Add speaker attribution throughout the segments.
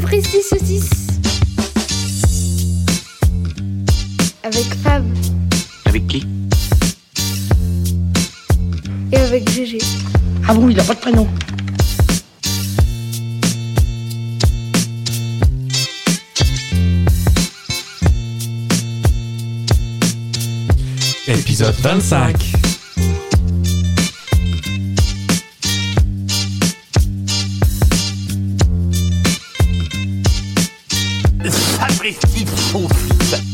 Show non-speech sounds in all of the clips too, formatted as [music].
Speaker 1: Fristy Saucisse. Avec Fab
Speaker 2: Avec qui
Speaker 1: et avec Gégé.
Speaker 3: Ah bon, il n'a pas de prénom.
Speaker 4: Épisode 25.
Speaker 2: Sapristi saucisse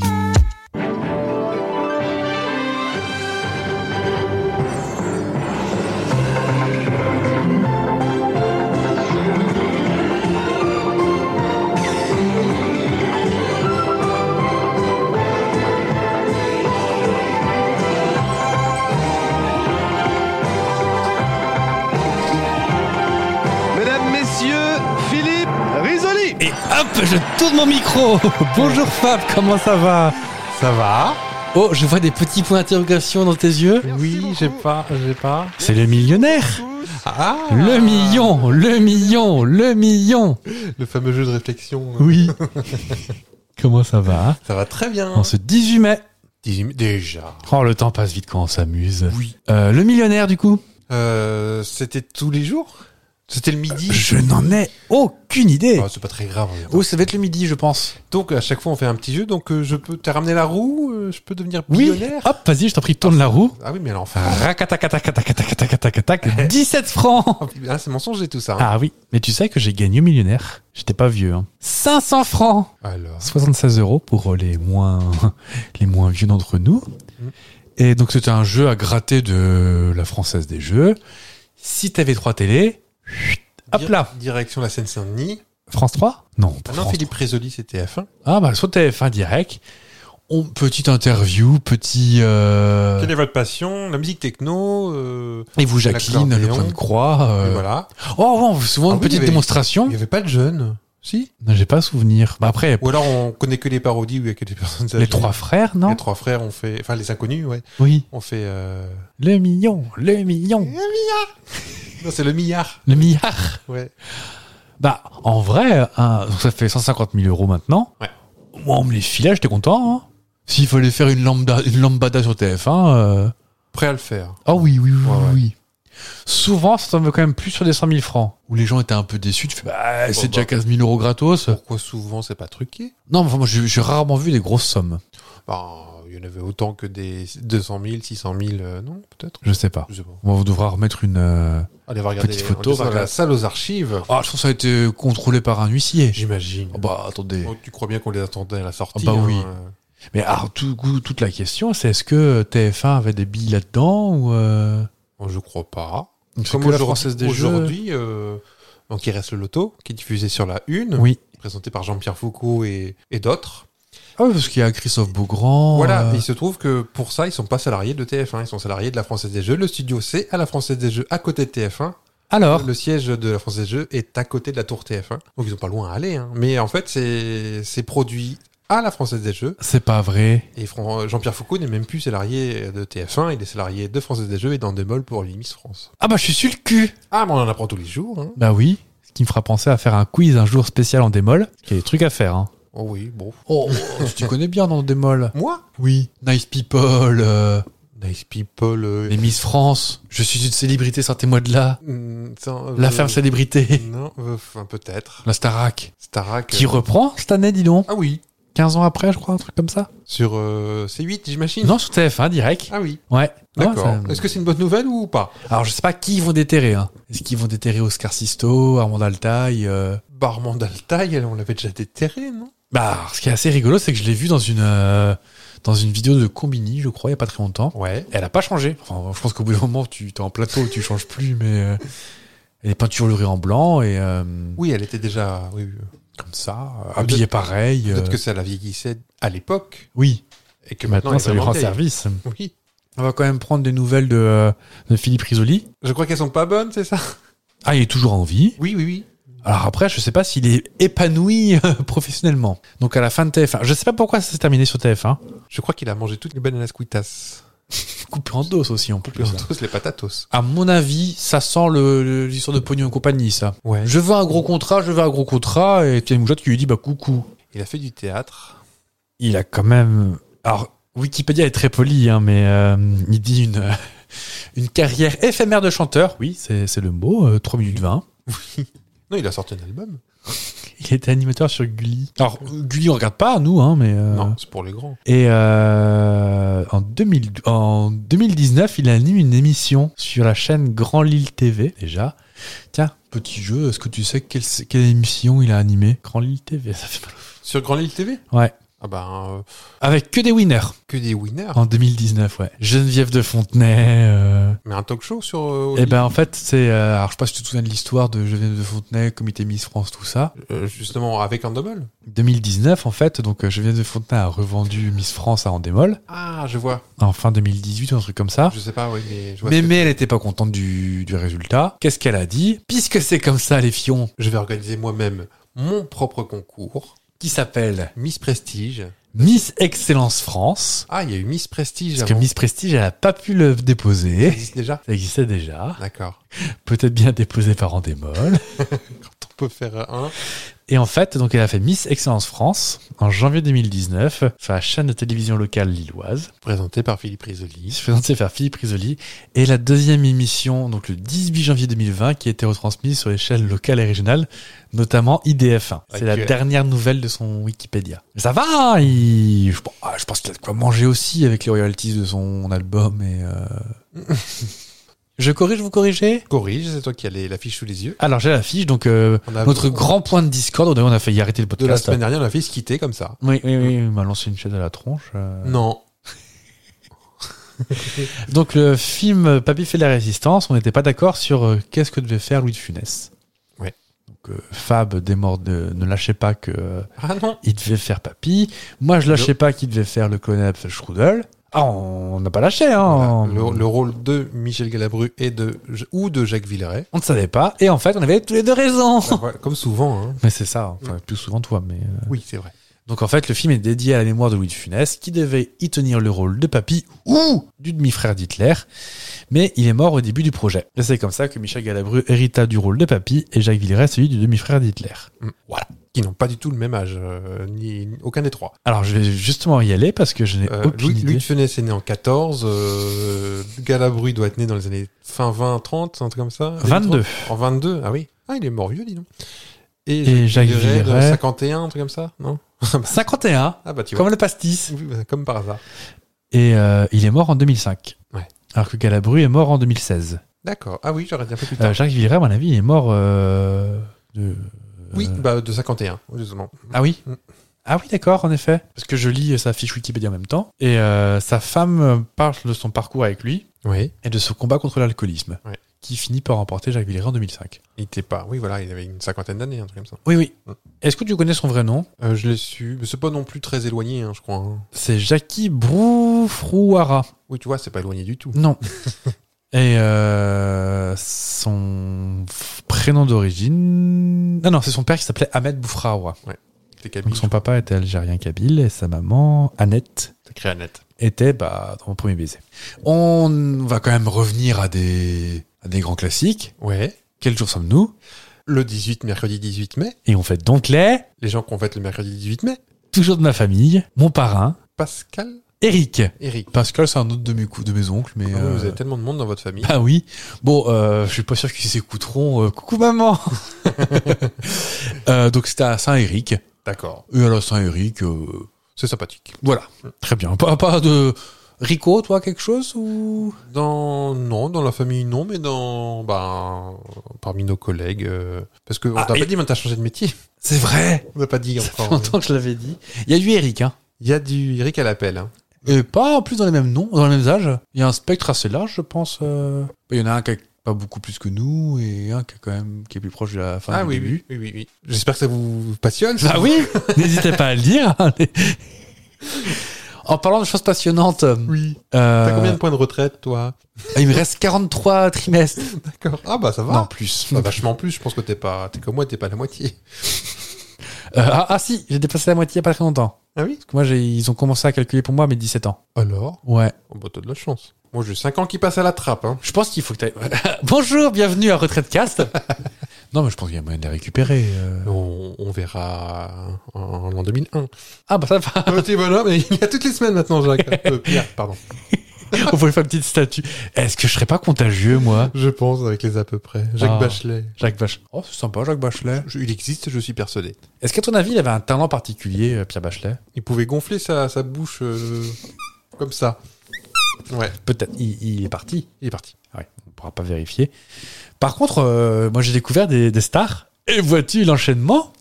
Speaker 5: Mesdames, Messieurs, Philippe Risoli
Speaker 4: Et hop, je tourne mon micro. [laughs] Bonjour Fab, comment ça va
Speaker 6: Ça va
Speaker 4: Oh, je vois des petits points d'interrogation dans tes yeux.
Speaker 6: Oui, j'ai pas, j'ai pas.
Speaker 4: C'est le millionnaire.
Speaker 6: Ah
Speaker 4: Le million, le million, le million.
Speaker 6: Le fameux jeu de réflexion. hein.
Speaker 4: Oui. [laughs] comment ça va
Speaker 6: Ça va très bien.
Speaker 4: On se 18 mai.
Speaker 6: Dis- Déjà.
Speaker 4: Oh, le temps passe vite quand on s'amuse.
Speaker 6: Oui.
Speaker 4: Euh, le millionnaire du coup
Speaker 6: Euh, c'était tous les jours C'était le midi
Speaker 4: Euh, Je n'en ai aucune idée.
Speaker 6: Ah, C'est pas très grave. en même temps.
Speaker 4: Oh, ça va être le midi, je pense.
Speaker 6: Donc à chaque fois on fait un petit jeu, donc euh, je peux... T'as ramené la roue euh, Je peux devenir
Speaker 4: Oui.
Speaker 6: millionnaire
Speaker 4: Hop, vas-y, je t'en prie, tourne la roue.
Speaker 6: Ah oui, mais alors enfin... [laughs]
Speaker 4: Racatacatacatacatacatacatac. 17 francs.
Speaker 6: Ah, c'est mensonger tout ça. hein.
Speaker 4: Ah oui, mais tu sais que j'ai gagné au millionnaire. J'étais pas vieux. Hein. 500 francs
Speaker 6: Alors,
Speaker 4: 76 euros pour euh, les moins, [laughs] les moins vieux d'entre nous.
Speaker 6: Mm.
Speaker 4: Et donc c'était un jeu à gratter de la française des jeux. Si t'avais trois télés, chut, hop
Speaker 6: di-
Speaker 4: là
Speaker 6: direction la Seine-Saint-Denis.
Speaker 4: France 3 Non, pas
Speaker 6: Ah non,
Speaker 4: France
Speaker 6: Philippe Risoli, c'était F1.
Speaker 4: 3. Ah bah soit TF1 direct. On, petite interview, petit... euh,
Speaker 6: Quelle est votre passion La musique techno euh,
Speaker 4: et vous Jacqueline, le
Speaker 6: l'accordéon.
Speaker 4: point de croix.
Speaker 6: et
Speaker 4: euh,
Speaker 6: Voilà.
Speaker 4: Oh, bon, souvent
Speaker 6: Ah
Speaker 4: une petite
Speaker 6: oui, il y avait- Il
Speaker 4: démonstration.
Speaker 6: n'y avait pas de jeunes Si
Speaker 4: Non, J'ai pas souvenir. Bah après,
Speaker 6: Ou alors on connaît que les parodies où il y a que des personnes âgées.
Speaker 4: les trois frères, non
Speaker 6: Les trois frères ont fait, enfin les inconnus, ouais,
Speaker 4: Oui.
Speaker 6: on fait. euh,
Speaker 4: Le million, le million,
Speaker 6: Non, c'est le milliard.
Speaker 4: le milliard.
Speaker 6: Ouais.
Speaker 4: Bah, en vrai, hein, donc ça fait 150 000 euros maintenant.
Speaker 6: Ouais.
Speaker 4: Moi, on me les filait, j'étais content. hein. S'il fallait faire une lambda, une lambada sur TF1, euh,
Speaker 6: Prêt à le faire.
Speaker 4: ah oui, oui, oui,
Speaker 6: Ouais, ouais.
Speaker 4: oui. Souvent, ça tombe quand même plus sur des 100 000 francs. Où les gens étaient un peu déçus, tu fais, bah, c'est
Speaker 6: bah.
Speaker 4: déjà 15 000 euros gratos.
Speaker 6: Pourquoi souvent c'est pas truqué
Speaker 4: Non, mais enfin, moi, j'ai j'ai rarement vu des grosses sommes.
Speaker 6: Ben, il y en avait autant que des 200 000, 600 000, euh, non peut-être.
Speaker 4: Je sais pas.
Speaker 6: Je sais pas.
Speaker 4: On va devoir remettre une... euh,
Speaker 6: Allez, on va regarder.
Speaker 4: Petite
Speaker 6: on
Speaker 4: photo, par
Speaker 6: descend à la
Speaker 4: exemple.
Speaker 6: salle aux archives.
Speaker 4: Ah, je pense que ça a été contrôlé par un huissier.
Speaker 6: J'imagine.
Speaker 4: Ah bah, attendez.
Speaker 6: Oh, tu crois bien qu'on les attendait à la sortie
Speaker 4: Ah bah
Speaker 6: hein.
Speaker 4: oui. Mais alors, tout, coup, toute la question, c'est est-ce que euh, TF1 avait des billes là-dedans ou euh,
Speaker 6: Bon, Je crois pas.
Speaker 4: c'est
Speaker 6: Comme
Speaker 4: que la
Speaker 6: aujourd'hui-
Speaker 4: Française des Jeux
Speaker 6: Aujourd'hui, euh, donc il reste le loto qui est diffusé sur la une,
Speaker 4: Oui.
Speaker 6: présenté par Jean-Pierre Foucault et- et d'autres.
Speaker 4: Ah oui, parce qu'il y a Christophe Beaugrand.
Speaker 6: Voilà,
Speaker 4: euh,
Speaker 6: il se trouve que pour ça, ils sont pas salariés de TF1, ils sont salariés de la Française des Jeux. Le studio, c'est à la Française des Jeux, à côté de TF1.
Speaker 4: Alors,
Speaker 6: Le siège de la Française des Jeux est à côté de la tour TF1. Donc ils ont pas loin à aller. hein. Mais en fait, c'est c'est produit à la Française des Jeux.
Speaker 4: c'est pas vrai.
Speaker 6: Et Fran- Jean-Pierre Foucault n'est même plus salarié de TF1, il est salarié de Française des Jeux et d'Andemol pour les Miss France.
Speaker 4: Ah bah, je suis sur le cul
Speaker 6: Ah, mais on en apprend tous les jours. hein.
Speaker 4: Bah oui, ce qui me fera penser à faire un quiz un jour spécial en démol. Il y a des trucs à faire, hein.
Speaker 6: Oh oui, bon.
Speaker 4: Oh, tu t'y connais bien dans le démol.
Speaker 6: Moi
Speaker 4: [laughs] Oui. Nice People, euh,
Speaker 6: Nice people. euh,
Speaker 4: les Miss France, je suis une célébrité, sortez-moi de là.
Speaker 6: hmm, sans-
Speaker 4: La
Speaker 6: euh,
Speaker 4: ferme célébrité,
Speaker 6: Non, euh, enfin, peut-être.
Speaker 4: la Starac.
Speaker 6: Starac.
Speaker 4: Qui
Speaker 6: euh,
Speaker 4: reprend cette année, dis donc.
Speaker 6: Ah oui.
Speaker 4: 15 ans après, je crois, un truc comme ça.
Speaker 6: Sur euh, C8, j'imagine
Speaker 4: Non, sur TF1, direct.
Speaker 6: Ah oui,
Speaker 4: Ouais.
Speaker 6: d'accord.
Speaker 4: Ouais, ça-
Speaker 6: Est-ce que c'est une bonne nouvelle ou pas
Speaker 4: Alors, je sais pas qui ils vont déterrer. Hein. Est-ce qu'ils vont déterrer Oscar Sisto, Armand Altaï euh,
Speaker 6: Barman d'Altaï, elle, on l'avait déjà déterré, non
Speaker 4: Bah, ce qui est assez rigolo, c'est que je l'ai vu dans une, euh, dans une vidéo de Combini, je crois, il y a pas très longtemps.
Speaker 6: Ouais.
Speaker 4: Elle a pas changé. Enfin, je pense qu'au bout d'un moment, tu es en plateau, tu changes plus, mais euh, elle est peinturée en blanc et euh,
Speaker 6: Oui, elle était déjà. Oui, oui.
Speaker 4: comme ça, euh, habillée pareil.
Speaker 6: Peut-être
Speaker 4: euh,
Speaker 6: que ça la vieillissait à l'époque
Speaker 4: Oui,
Speaker 6: et que maintenant,
Speaker 4: maintenant, ça
Speaker 6: elle
Speaker 4: lui
Speaker 6: est
Speaker 4: rend
Speaker 6: vraiment vieille.
Speaker 4: service.
Speaker 6: Oui.
Speaker 4: On va quand même prendre des nouvelles de, euh, de Philippe Risoli.
Speaker 6: Je crois qu'elles sont pas bonnes, c'est ça
Speaker 4: Ah, il est toujours en vie.
Speaker 6: Oui, oui, oui.
Speaker 4: Alors après, je sais pas s'il est épanoui euh, [laughs] professionnellement. Donc à la fin de TF1, je sais pas pourquoi ça s'est terminé sur TF1.
Speaker 6: Je crois qu'il a mangé toutes les bananas quitas.
Speaker 4: coupé en dos aussi en plus.
Speaker 6: Ils ont
Speaker 4: là.
Speaker 6: tous les patatos.
Speaker 4: À mon avis, ça sent le- le- l'histoire de pognon et compagnie, ça.
Speaker 6: Ouais.
Speaker 4: Je veux un gros contrat, je veux un gros contrat, et Étienne Moujotte qui lui dit bah coucou.
Speaker 6: Il a fait du théâtre.
Speaker 4: Il a quand même. Alors, Wikipédia est très poli, hein, mais euh, il dit une, euh, une carrière éphémère de chanteur. Oui, c'est c'est le mot, euh, 3 minutes 20.
Speaker 6: Non, il a sorti un album.
Speaker 4: Il était animateur sur Gulli. Alors, Gulli, on regarde pas, nous, hein, mais. euh,
Speaker 6: Non, c'est pour les grands.
Speaker 4: Et euh, en, 2000 en 2019, il anime une émission sur la chaîne Grand Lille TV, déjà. Tiens, petit jeu, est-ce que tu sais quelle, quelle émission il a animée Grand Lille TV, ça fait mal.
Speaker 6: Sur Grand Lille TV
Speaker 4: au- Ouais.
Speaker 6: Ah ben, euh,
Speaker 4: Avec que des winners
Speaker 6: que des winners.
Speaker 4: en 2019, ouais. Geneviève de Fontenay. euh,
Speaker 6: Mais un talk show sur. euh,
Speaker 4: Eh
Speaker 6: Oli-
Speaker 4: ben en fait, c'est. euh, alors je sais pas si tu te souviens de l'histoire de Geneviève de Fontenay, Comité Miss France, tout ça.
Speaker 6: euh, justement, avec un double
Speaker 4: 2019, en fait, donc euh, Geneviève de Fontenay a revendu Miss France à Andémol,
Speaker 6: Ah, je vois.
Speaker 4: en fin 2018, un truc comme ça.
Speaker 6: Je sais pas, oui, mais je vois.
Speaker 4: Mais,
Speaker 6: ce que-
Speaker 4: mais elle n'était pas contente du, du résultat. Qu'est-ce qu'elle a dit Puisque c'est comme ça, les fions,
Speaker 6: Je vais organiser moi-même mon propre concours.
Speaker 4: qui s'appelle
Speaker 6: Miss Prestige.
Speaker 4: Miss Excellence France.
Speaker 6: Ah, il y a eu Miss Prestige.
Speaker 4: Parce que
Speaker 6: avant.
Speaker 4: Miss Prestige, elle n'a pas pu le
Speaker 6: Ça
Speaker 4: déposer.
Speaker 6: existe déjà
Speaker 4: Ça existait déjà.
Speaker 6: D'accord.
Speaker 4: Peut-être bien déposé par Andémol.
Speaker 6: On peut faire un.
Speaker 4: Et en fait, donc elle a fait Miss Excellence France en janvier 2019 sur la chaîne de télévision locale lilloise.
Speaker 6: Présenté par Philippe Risoli.
Speaker 4: se présentait faire Philippe Risoli. Et la deuxième émission, donc le 18 janvier 2020, qui a été retransmise sur les chaînes locales et régionales, notamment IDF1. C'est
Speaker 6: Ok.
Speaker 4: la dernière nouvelle de son Wikipédia. Mais ça va, hein, il- je, bon, ah, je pense qu'il a de quoi manger aussi avec les royalties de son album. Et euh, [laughs] je corrige, vous corrigez
Speaker 6: Corrige, c'est toi qui as les- la fiche sous les yeux.
Speaker 4: Alors j'ai la fiche, donc euh,
Speaker 6: On a-
Speaker 4: notre grand point de discorde, on a- on a failli arrêter le
Speaker 6: De la
Speaker 4: podcast.
Speaker 6: semaine dernière, on a fait se quitter comme ça.
Speaker 4: oui, oui, oui, il m'a lancé une chaise à la tronche. euh.
Speaker 6: Non.
Speaker 4: Donc le film Papy fait la résistance, on n'était pas d'accord sur euh, qu'est-ce que devait faire Louis de Funès.
Speaker 6: Ouais.
Speaker 4: Donc euh, Fab démord de ne lâchez pas que euh,
Speaker 6: Ah non.
Speaker 4: il devait faire Papy. Moi je lâchais pas qu'il devait faire le colonel Apfelstrudel. Ah on n'a pas lâché
Speaker 6: Oh,
Speaker 4: hein. on,
Speaker 6: Voilà. Le, le rôle de Michel Galabru et de ou de Jacques [laughs] Villeray.
Speaker 4: on ne savait pas et en fait on avait tous les deux raison.
Speaker 6: Ah, voilà, comme souvent. hein.
Speaker 4: [laughs] Mais c'est ça, enfin plus souvent toi mais euh,
Speaker 6: Oui, c'est vrai.
Speaker 4: Donc en fait, le film est dédié à la mémoire de Louis de Funès, qui devait y tenir le rôle de papy ou du demi-frère d'Hitler, mais il est mort au début du projet. Et c'est comme ça que Michel Galabru hérita du rôle de papy et Jacques Villeray celui du demi-frère d'Hitler.
Speaker 6: Qui n'ont pas du tout le même âge, euh, ni ni- aucun des trois.
Speaker 4: Alors je vais justement y aller parce que je n'ai
Speaker 6: Euh,
Speaker 4: aucune
Speaker 6: Louis,
Speaker 4: idée.
Speaker 6: Louis de Funès est né en 14. euh, Galabru doit être né dans les années fin 20, 30, un truc comme ça. début
Speaker 4: 22.
Speaker 6: 30. En 22, ah oui. Ah, il est mort vieux, dis donc. Et,
Speaker 4: Jacques
Speaker 6: Villeray, dans
Speaker 4: Villeray.
Speaker 6: 51, un truc comme ça, non
Speaker 4: 51,
Speaker 6: Ah bah tu vois.
Speaker 4: comme le pastis.
Speaker 6: Oui, bah, Comme par hasard.
Speaker 4: Et euh, il est mort en 2005.
Speaker 6: Ouais.
Speaker 4: Alors que Galabru est mort en 2016.
Speaker 6: D'accord. Ah oui, j'aurais dit un peu plus tard.
Speaker 4: Euh, Jacques Villeray, à mon avis, il est mort euh, de...
Speaker 6: oui, bah, de 51, justement.
Speaker 4: Ah oui
Speaker 6: Mm.
Speaker 4: Ah oui, d'accord, en effet. Parce que je lis sa fiche Wikipédia en même temps. Et euh, sa femme euh, parle de son parcours avec lui
Speaker 6: Oui.
Speaker 4: et de son combat contre l'alcoolisme,
Speaker 6: Ouais.
Speaker 4: qui finit par remporter Jacques Villeray en 2005.
Speaker 6: Il était pas. Oui, voilà, il avait une cinquantaine d'années, un truc comme ça.
Speaker 4: Oui, oui.
Speaker 6: Mm.
Speaker 4: Est-ce que tu connais son vrai nom
Speaker 6: Euh, je l'ai su. Mais c'est pas non plus très éloigné, hein, je crois. hein.
Speaker 4: C'est Jackie Broufrouara.
Speaker 6: Oui, tu vois, c'est pas éloigné du tout.
Speaker 4: Non. et euh, son f- prénom d'origine... Ah Non, non, c'est son père qui s'appelait Ahmed Boufraoua.
Speaker 6: T'es Camille.
Speaker 4: Donc son papa était algérien kabyle et sa maman, Annette,
Speaker 6: T'as créé Annette.
Speaker 4: était bah, dans mon premier baiser. On va quand même revenir à des, à des grands classiques.
Speaker 6: Ouais.
Speaker 4: Quel jour sommes-nous
Speaker 6: Le 18, mercredi 18 mai.
Speaker 4: Et on fête donc les
Speaker 6: Les gens qu'on fête le mercredi 18 mai.
Speaker 4: toujours de ma famille, mon parrain,
Speaker 6: Pascal,
Speaker 4: Eric.
Speaker 6: Eric.
Speaker 4: Pascal, c'est un autre de mes, cou- de mes oncles, mais...
Speaker 6: Ah oui,
Speaker 4: euh,
Speaker 6: Vous
Speaker 4: [laughs]
Speaker 6: avez tellement de monde dans votre famille.
Speaker 4: Bah oui. Bon, euh, je suis pas sûr qu'ils s'écouteront. Euh, coucou [laughs] maman Euh, Donc c'était à Saint-Éric.
Speaker 6: D'accord.
Speaker 4: Et alors Saint-Éric, euh,
Speaker 6: C'est sympathique.
Speaker 4: voilà. Très bien. Pas, pas de... Rico, toi, quelque chose ou...
Speaker 6: Dans non, dans la famille non, mais dans ben parmi nos collègues, euh, parce que on
Speaker 4: Ah,
Speaker 6: t'a
Speaker 4: et-
Speaker 6: pas dit, mais t'as changé de métier.
Speaker 4: C'est vrai
Speaker 6: On n'a pas dit
Speaker 4: Ça fait
Speaker 6: encore.
Speaker 4: longtemps que je l'avais dit. Il y a eu Eric, hein.
Speaker 6: Il y a du Eric à l'appel. hein.
Speaker 4: Et Euh, pas en plus dans les mêmes noms, dans les mêmes âges. Il y a un spectre assez large, je pense. euh. Il y en a un qui est pas beaucoup plus que nous et un qui est quand même qui est plus proche de la fin
Speaker 6: ah
Speaker 4: du
Speaker 6: oui,
Speaker 4: début.
Speaker 6: oui, oui, oui, Bah oui. J'espère que ça vous passionne.
Speaker 4: Ah oui, [laughs] n'hésitez pas à le dire. hein, [laughs] en parlant de choses passionnantes,
Speaker 6: Oui.
Speaker 4: euh, ah,
Speaker 6: T'as combien de points de retraite, toi
Speaker 4: il me reste 43 trimestres.
Speaker 6: D'accord. Ah bah ça va.
Speaker 4: Non, plus.
Speaker 6: Bah, vachement plus. Je pense que t'es pas, t'es comme moi, t'es pas la moitié.
Speaker 4: Euh, ah, ah si, j'ai dépassé la moitié il y a pas très longtemps.
Speaker 6: Ah oui
Speaker 4: Parce que moi, j'ai- ils ont commencé à calculer pour moi mes 17 ans.
Speaker 6: Alors
Speaker 4: Ouais.
Speaker 6: Oh bah t'as de la chance. Moi j'ai 5 ans qui passent à la trappe. Hein.
Speaker 4: Je pense qu'il faut que t'ailles... [laughs] Bonjour, bienvenue à Retraite Cast. [laughs] non, mais je pense qu'il y a moyen de les récupérer. euh.
Speaker 6: On, on verra en l'an 2001.
Speaker 4: Ah bah ça va.
Speaker 6: Petit bonhomme, et il y a toutes les semaines maintenant
Speaker 4: [laughs]
Speaker 6: Jacques. Euh, Pierre, pardon.
Speaker 4: On pourrait faire une petite statue. Est-ce que je serais pas contagieux, moi
Speaker 6: Je pense avec les à peu près. Jacques
Speaker 4: Ah.
Speaker 6: Bachelet.
Speaker 4: Jacques Bachelet. Oh, c'est sympa, Jacques Bachelet.
Speaker 6: Je- il existe, je suis persuadé.
Speaker 4: Est-ce qu'à ton avis, il avait un talent particulier, euh, Pierre Bachelet
Speaker 6: Il pouvait gonfler sa, sa bouche euh, comme ça. Ouais,
Speaker 4: Peut-être. Il, il est parti.
Speaker 6: il est parti.
Speaker 4: Ouais, on pourra pas vérifier. Par contre, euh, moi, j'ai découvert des, des stars. Et vois-tu l'enchaînement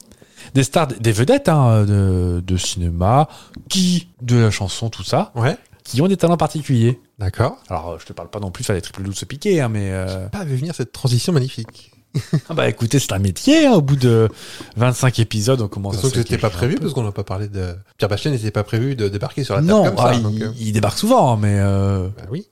Speaker 4: Des stars, des vedettes hein, de, de cinéma, qui, de la chanson, tout ça,
Speaker 6: Ouais,
Speaker 4: qui ont des talents particuliers.
Speaker 6: d'accord.
Speaker 4: Alors, euh, je te parle pas non plus de faire des triples doubles se piquer, hein, mais...
Speaker 6: [laughs]
Speaker 4: euh,
Speaker 6: Pas vu venir cette transition magnifique.
Speaker 4: ah bah écoutez, c'est un métier, hein, au bout de 25 épisodes, on commence à
Speaker 6: Sauf que
Speaker 4: se
Speaker 6: c'était pas
Speaker 4: guérir un
Speaker 6: prévu
Speaker 4: peu.
Speaker 6: parce qu'on n'a pas parlé de. Pierre Bachelet n'était pas prévu de débarquer sur la table
Speaker 4: Non,
Speaker 6: comme
Speaker 4: ah,
Speaker 6: ça.
Speaker 4: il,
Speaker 6: donc, euh,
Speaker 4: il débarque souvent, mais... euh,
Speaker 6: bah oui.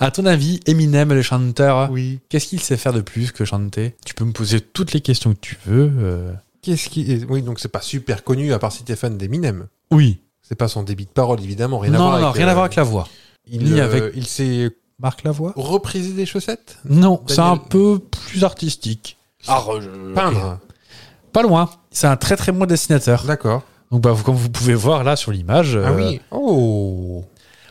Speaker 4: À ton avis, Eminem, le chanteur,
Speaker 6: Ah Oui.
Speaker 4: qu'est-ce qu'il sait faire de plus que chanter Tu peux me poser toutes les questions que tu veux. euh.
Speaker 6: Qu'est-ce qui. est- Oui, donc c'est pas super connu à part si t'es fan d'Eminem.
Speaker 4: Oui.
Speaker 6: C'est pas son débit de parole évidemment, rien à
Speaker 4: non,
Speaker 6: voir
Speaker 4: non,
Speaker 6: avec.
Speaker 4: rien à
Speaker 6: euh,
Speaker 4: voir avec la voix.
Speaker 6: Il,
Speaker 4: ni
Speaker 6: euh,
Speaker 4: avec-
Speaker 6: il s'est
Speaker 4: Marc la voix
Speaker 6: reprisé des chaussettes.
Speaker 4: Non,
Speaker 6: Daniel-
Speaker 4: c'est un peu plus artistique.
Speaker 6: Peindre.
Speaker 4: Pas loin. C'est un très très bon dessinateur.
Speaker 6: D'accord.
Speaker 4: Donc, bah, vous- comme vous pouvez voir là sur l'image,
Speaker 6: Ah
Speaker 4: euh,
Speaker 6: oui. Oh.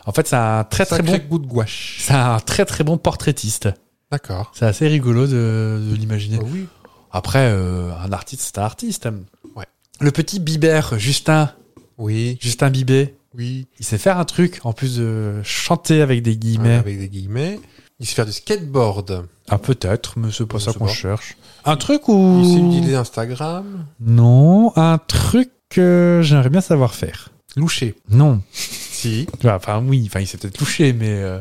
Speaker 4: en fait, c'est un très très
Speaker 6: Sacré
Speaker 4: bon.
Speaker 6: goût de gouache.
Speaker 4: C'est un très très bon portraitiste.
Speaker 6: D'accord.
Speaker 4: C'est assez rigolo de, de l'imaginer.
Speaker 6: Ah oui.
Speaker 4: Après, euh, un artiste, c'est un artiste. hein.
Speaker 6: Ouais.
Speaker 4: Le petit Bibert, Justin,
Speaker 6: Oui.
Speaker 4: Justin Bibé,
Speaker 6: Oui.
Speaker 4: il sait faire un truc en plus de chanter avec des
Speaker 6: Ouais,
Speaker 4: guillemets.
Speaker 6: Avec des guillemets. Il sait faire du skateboard.
Speaker 4: Ah peut-être, mais c'est pas
Speaker 6: Je
Speaker 4: ça
Speaker 6: sais
Speaker 4: qu'on
Speaker 6: pas.
Speaker 4: cherche. Un truc
Speaker 6: Il sait
Speaker 4: où
Speaker 6: utiliser Instagram.
Speaker 4: Non, un truc que j'aimerais bien savoir faire.
Speaker 6: Loucher.
Speaker 4: Non. Ah,
Speaker 6: Si.
Speaker 4: Enfin oui, enfin il s'est peut-être touché, mais euh,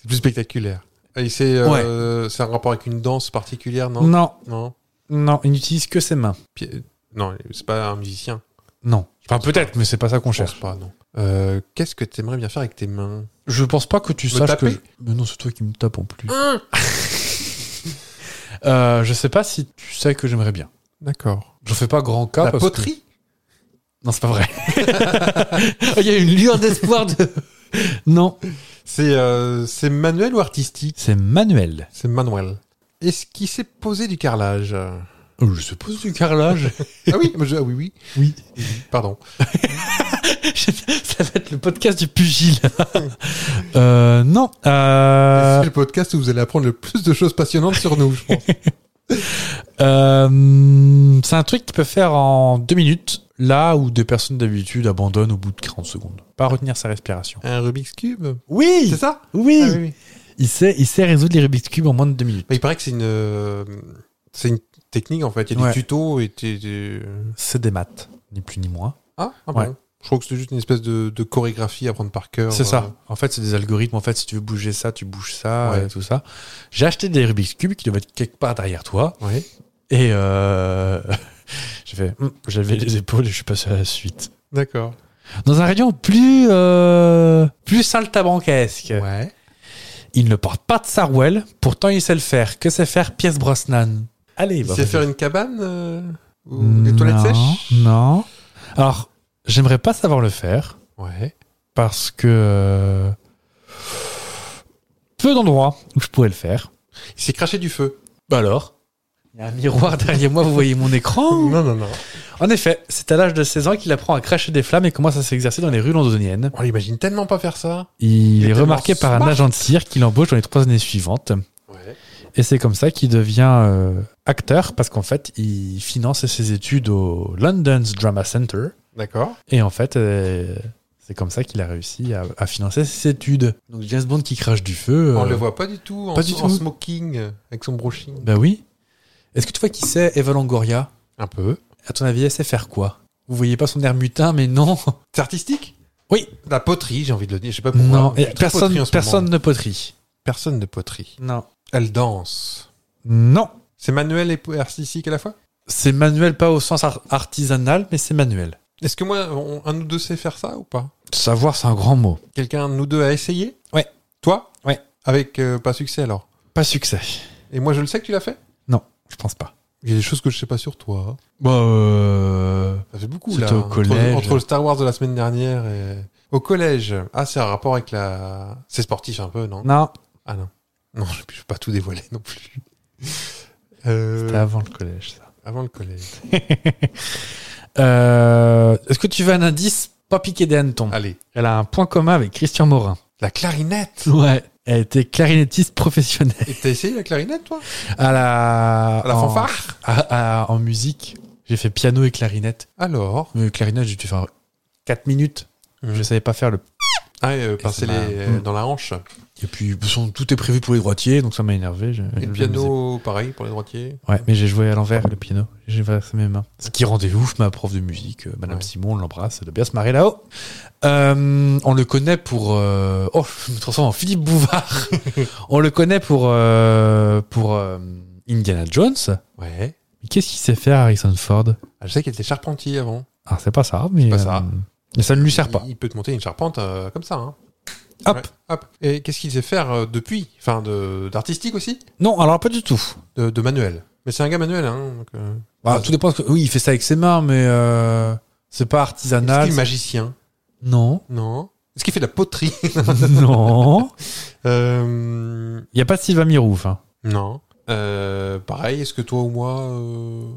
Speaker 6: C'est plus spectaculaire. Et il sait, euh, c'est un rapport avec une danse particulière, non
Speaker 4: non,
Speaker 6: Non.
Speaker 4: non, il n'utilise que ses mains.
Speaker 6: Pi- Non, c'est pas un musicien.
Speaker 4: Non. Enfin peut-être, mais c'est pas ça qu'on
Speaker 6: Je pense
Speaker 4: cherche.
Speaker 6: pas, non. Euh, Qu'est-ce que t'aimerais bien faire avec tes mains
Speaker 4: Je pense pas que tu
Speaker 6: Me
Speaker 4: saches
Speaker 6: taper
Speaker 4: que. Mais non, c'est toi qui me tapes en
Speaker 6: Ah.
Speaker 4: plus. Euh, je sais pas si tu sais que j'aimerais bien.
Speaker 6: D'accord.
Speaker 4: Je fais pas grand cas.
Speaker 6: La
Speaker 4: Ah, parce que-
Speaker 6: poterie
Speaker 4: Non, c'est pas vrai. Il y a une lueur d'espoir de. Non,
Speaker 6: C'est euh, c'est manuel ou artistique
Speaker 4: c'est manuel.
Speaker 6: C'est manuel. Est-ce qu'il sait poser du carrelage Ah
Speaker 4: Oh, Je suppose du carrelage.
Speaker 6: oui, mais [laughs] je- ah oui, oui.
Speaker 4: Oui.
Speaker 6: Pardon.
Speaker 4: [laughs] Ça va être le podcast du pugile. [laughs] euh, non. euh,
Speaker 6: C'est le podcast où vous allez apprendre le plus de choses passionnantes sur nous, je pense.
Speaker 4: euh, c'est un truc qu'ils peuvent faire en deux minutes, là où des personnes d'habitude abandonnent au bout de 40 secondes. Pas retenir sa respiration.
Speaker 6: [laughs] Un Rubik's Cube
Speaker 4: Oui
Speaker 6: C'est ça
Speaker 4: Oui,
Speaker 6: Ah oui, oui.
Speaker 4: Il, sait, il sait résoudre les Rubik's Cube en moins de deux minutes.
Speaker 6: Mais il paraît que c'est une, euh, c'est une technique en fait. Il y a
Speaker 4: Ouais.
Speaker 6: des tutos et t'es- t'es-
Speaker 4: C'est des maths, ni plus ni moins.
Speaker 6: Ah, ah
Speaker 4: Ouais.
Speaker 6: bon. Je crois que c'est juste une espèce de, de chorégraphie à prendre par cœur.
Speaker 4: C'est
Speaker 6: Euh,
Speaker 4: ça. En fait, c'est des algorithmes. En fait, si tu veux bouger ça, tu bouges ça,
Speaker 6: Ouais.
Speaker 4: euh, tout ça. J'ai acheté des Rubik's Cube qui devaient être quelque part derrière toi.
Speaker 6: Ouais.
Speaker 4: Et euh... [laughs] j'ai fait, hum, j'ai levé les épaules et je suis passé à la suite.
Speaker 6: D'accord.
Speaker 4: Dans un rayon plus, euh, plus saltabanquesque.
Speaker 6: Ouais.
Speaker 4: Il ne porte pas de sarouel, pourtant il sait le faire. Que sait faire Pièce Brosnan Allez,
Speaker 6: Il
Speaker 4: va
Speaker 6: sait
Speaker 4: vas-y.
Speaker 6: faire une cabane euh, ou des toilettes
Speaker 4: Non,
Speaker 6: sèches
Speaker 4: Non. Alors, j'aimerais pas savoir le faire
Speaker 6: Ouais.
Speaker 4: parce que euh, peu d'endroits où je pourrais le faire.
Speaker 6: Il sait cracher du feu.
Speaker 4: Bah alors Il y a un miroir derrière moi, vous voyez mon écran
Speaker 6: Non, non, non.
Speaker 4: [laughs] En effet, c'est à l'âge de 16 ans qu'il apprend à cracher des flammes et commence à s'exercer dans les rues londoniennes.
Speaker 6: On l'imagine tellement pas faire ça.
Speaker 4: Il
Speaker 6: Il est
Speaker 4: est remarqué
Speaker 6: tellement
Speaker 4: par un
Speaker 6: smart.
Speaker 4: agent de cirque qu'il embauche dans les trois années suivantes.
Speaker 6: Ouais.
Speaker 4: Et c'est comme ça qu'il devient euh, acteur parce qu'en fait, il finance ses études au London's Drama Center.
Speaker 6: D'accord.
Speaker 4: Et en fait, euh, c'est comme ça qu'il a réussi à, à financer ses études. Donc James Bond qui crache du feu.
Speaker 6: On
Speaker 4: euh,
Speaker 6: le voit pas du tout en,
Speaker 4: pas du tout.
Speaker 6: en smoking euh, avec son brushing.
Speaker 4: Bah oui. Est-ce que tu vois qui c'est Eva Longoria
Speaker 6: Un peu.
Speaker 4: À ton avis, elle sait faire quoi Vous voyez pas son air mutin, mais non.
Speaker 6: C'est artistique
Speaker 4: Oui.
Speaker 6: La poterie, j'ai envie de le dire. Je sais pas pourquoi.
Speaker 4: Non,
Speaker 6: Je suis
Speaker 4: et
Speaker 6: très
Speaker 4: personne,
Speaker 6: poterie en ce
Speaker 4: personne
Speaker 6: moment.
Speaker 4: ne poterie.
Speaker 6: personne de poterie.
Speaker 4: Non.
Speaker 6: Elle danse.
Speaker 4: Non.
Speaker 6: C'est manuel et artistique à la fois
Speaker 4: C'est manuel, pas au sens ar- artisanal, mais c'est manuel.
Speaker 6: Est-ce que moi, on- un de nous deux sait faire ça ou pas
Speaker 4: Savoir, c'est un grand mot.
Speaker 6: Quelqu'un de nous deux a essayé
Speaker 4: Ouais.
Speaker 6: Toi
Speaker 4: Ouais.
Speaker 6: Avec euh, pas succès alors
Speaker 4: Pas succès.
Speaker 6: Et moi, je le sais que tu l'as fait
Speaker 4: Non, je pense pas.
Speaker 6: Il y a des choses que je sais pas sur toi.
Speaker 4: Bah, euh,
Speaker 6: Ça fait beaucoup
Speaker 4: C'était
Speaker 6: là. hein.
Speaker 4: au
Speaker 6: Entre-
Speaker 4: collège.
Speaker 6: Entre, le Star Wars de la semaine dernière et au collège. Ah, c'est un rapport avec la. C'est sportif un peu, non
Speaker 4: Non,
Speaker 6: Ah non. Non, [laughs] je je peux pas tout dévoiler non plus. Euh,
Speaker 4: c'était avant le collège, ça.
Speaker 6: avant le collège.
Speaker 4: Euh, Est-ce que tu veux un indice Pas piqué des hannetons.
Speaker 6: Allez,
Speaker 4: Elle a un point commun avec Christian Morin.
Speaker 6: la clarinette.
Speaker 4: Ouais. Elle était clarinettiste professionnelle.
Speaker 6: Et t'as essayé la clarinette, toi
Speaker 4: À la,
Speaker 6: À la
Speaker 4: en-
Speaker 6: fanfare
Speaker 4: à- à- En musique, j'ai fait piano et clarinette.
Speaker 6: Alors.
Speaker 4: Mais Euh, clarinette, j'ai dû faire 4 minutes.
Speaker 6: Mhm.
Speaker 4: Je savais pas faire le.
Speaker 6: Ah, et, euh, pincer
Speaker 4: ça m'a-
Speaker 6: les euh,
Speaker 4: Mm.
Speaker 6: dans la hanche.
Speaker 4: Et puis, de toute façon, tout est prévu pour les droitiers, donc ça m'a énervé. je-
Speaker 6: Et le
Speaker 4: je-
Speaker 6: piano, pareil pour les droitiers.
Speaker 4: Ouais, mais j'ai joué à l'envers le piano. J'ai versé mes mains. Ce qui rendait ouf ma prof de musique, euh, Madame
Speaker 6: Ouais.
Speaker 4: Simon, on l'embrasse, elle doit bien se marrer là-haut. Euh, on le connaît pour. euh, Oh, je me transforme en Philippe [laughs] Bouvard. on le connaît pour euh, pour euh, Indiana Jones.
Speaker 6: Ouais.
Speaker 4: Mais Qu'est-ce qu'il sait faire Harrison Ford
Speaker 6: Ah, je sais qu'il était charpentier avant.
Speaker 4: Ah, c'est pas ça, mais
Speaker 6: pas ça.
Speaker 4: euh, mais ça ne lui sert pas.
Speaker 6: Il, il peut te monter une charpente euh, comme ça. hein.
Speaker 4: Hop.
Speaker 6: Ouais, hop. Et qu'est-ce qu'il sait faire euh, depuis Enfin, de- d'artistique aussi
Speaker 4: Non, alors pas du tout.
Speaker 6: de, de manuel. Mais c'est un gars manuel. Hein, donc, euh,
Speaker 4: Bah, tout dépend. ce que- Oui, il fait ça avec ses mains, mais euh, c'est pas
Speaker 6: Est-ce
Speaker 4: artisanal.
Speaker 6: qu'il est magicien
Speaker 4: Non,
Speaker 6: Non. Est-ce qu'il fait de la poterie
Speaker 4: [laughs]
Speaker 6: [laughs]
Speaker 4: non.
Speaker 6: Euh,
Speaker 4: Il y a pas Sylvain Mirouf. hein.
Speaker 6: Non. Euh, pareil, est-ce que toi ou moi, euh,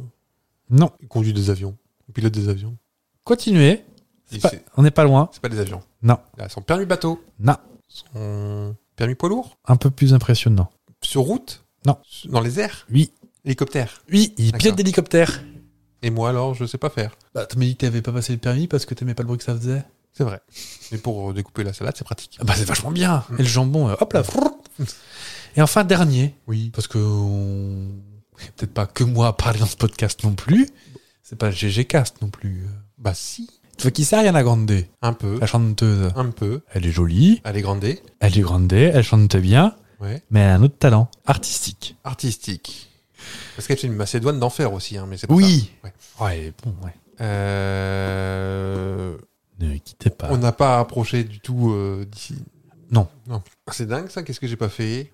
Speaker 4: Non.
Speaker 6: il conduit des avions Il pilote des avions
Speaker 4: Continuez.
Speaker 6: Il-
Speaker 4: C'est pas-
Speaker 6: C'est
Speaker 4: On n'est pas loin.
Speaker 6: c'est pas des avions.
Speaker 4: Non.
Speaker 6: Il a son permis bateau.
Speaker 4: Non.
Speaker 6: Son permis poids lourd
Speaker 4: Un peu plus impressionnant.
Speaker 6: Sur route
Speaker 4: Non.
Speaker 6: Dans les airs
Speaker 4: Oui.
Speaker 6: Hélicoptère.
Speaker 4: Oui, il
Speaker 6: D'accord.
Speaker 4: pilote d'hélicoptère.
Speaker 6: Et moi alors, je sais pas faire.
Speaker 4: Bah, tu m'as dit que t'avais pas passé le permis parce que t'aimais pas le bruit que ça faisait.
Speaker 6: C'est vrai. Mais pour euh, découper la salade, c'est pratique.
Speaker 4: Ah bah, c'est vachement bien. Et le jambon, euh, hop là. frrr. Et enfin, dernier.
Speaker 6: Oui.
Speaker 4: Parce que on... c'est peut-être pas que moi à parler dans ce podcast non plus. C'est pas le GG Cast non plus.
Speaker 6: Bah si.
Speaker 4: Tu vois qui c'est Ariana Grande,
Speaker 6: Un peu.
Speaker 4: la chanteuse.
Speaker 6: Un peu.
Speaker 4: Elle est jolie,
Speaker 6: Allez, grandé.
Speaker 4: elle est grande, elle chante bien,
Speaker 6: Ouais.
Speaker 4: mais elle a un autre talent artistique.
Speaker 6: Artistique. Parce qu'elle fait une Macédoine d'enfer aussi, hein, mais c'est pas
Speaker 4: Oui.
Speaker 6: Ouais.
Speaker 4: Ouais, bon, ouais.
Speaker 6: ça. Euh,
Speaker 4: Ne quittez pas.
Speaker 6: On n'a pas approché du tout euh, d'ici.
Speaker 4: Ah. Non.
Speaker 6: Non. Ah, C'est dingue ça, qu'est-ce que j'ai pas fait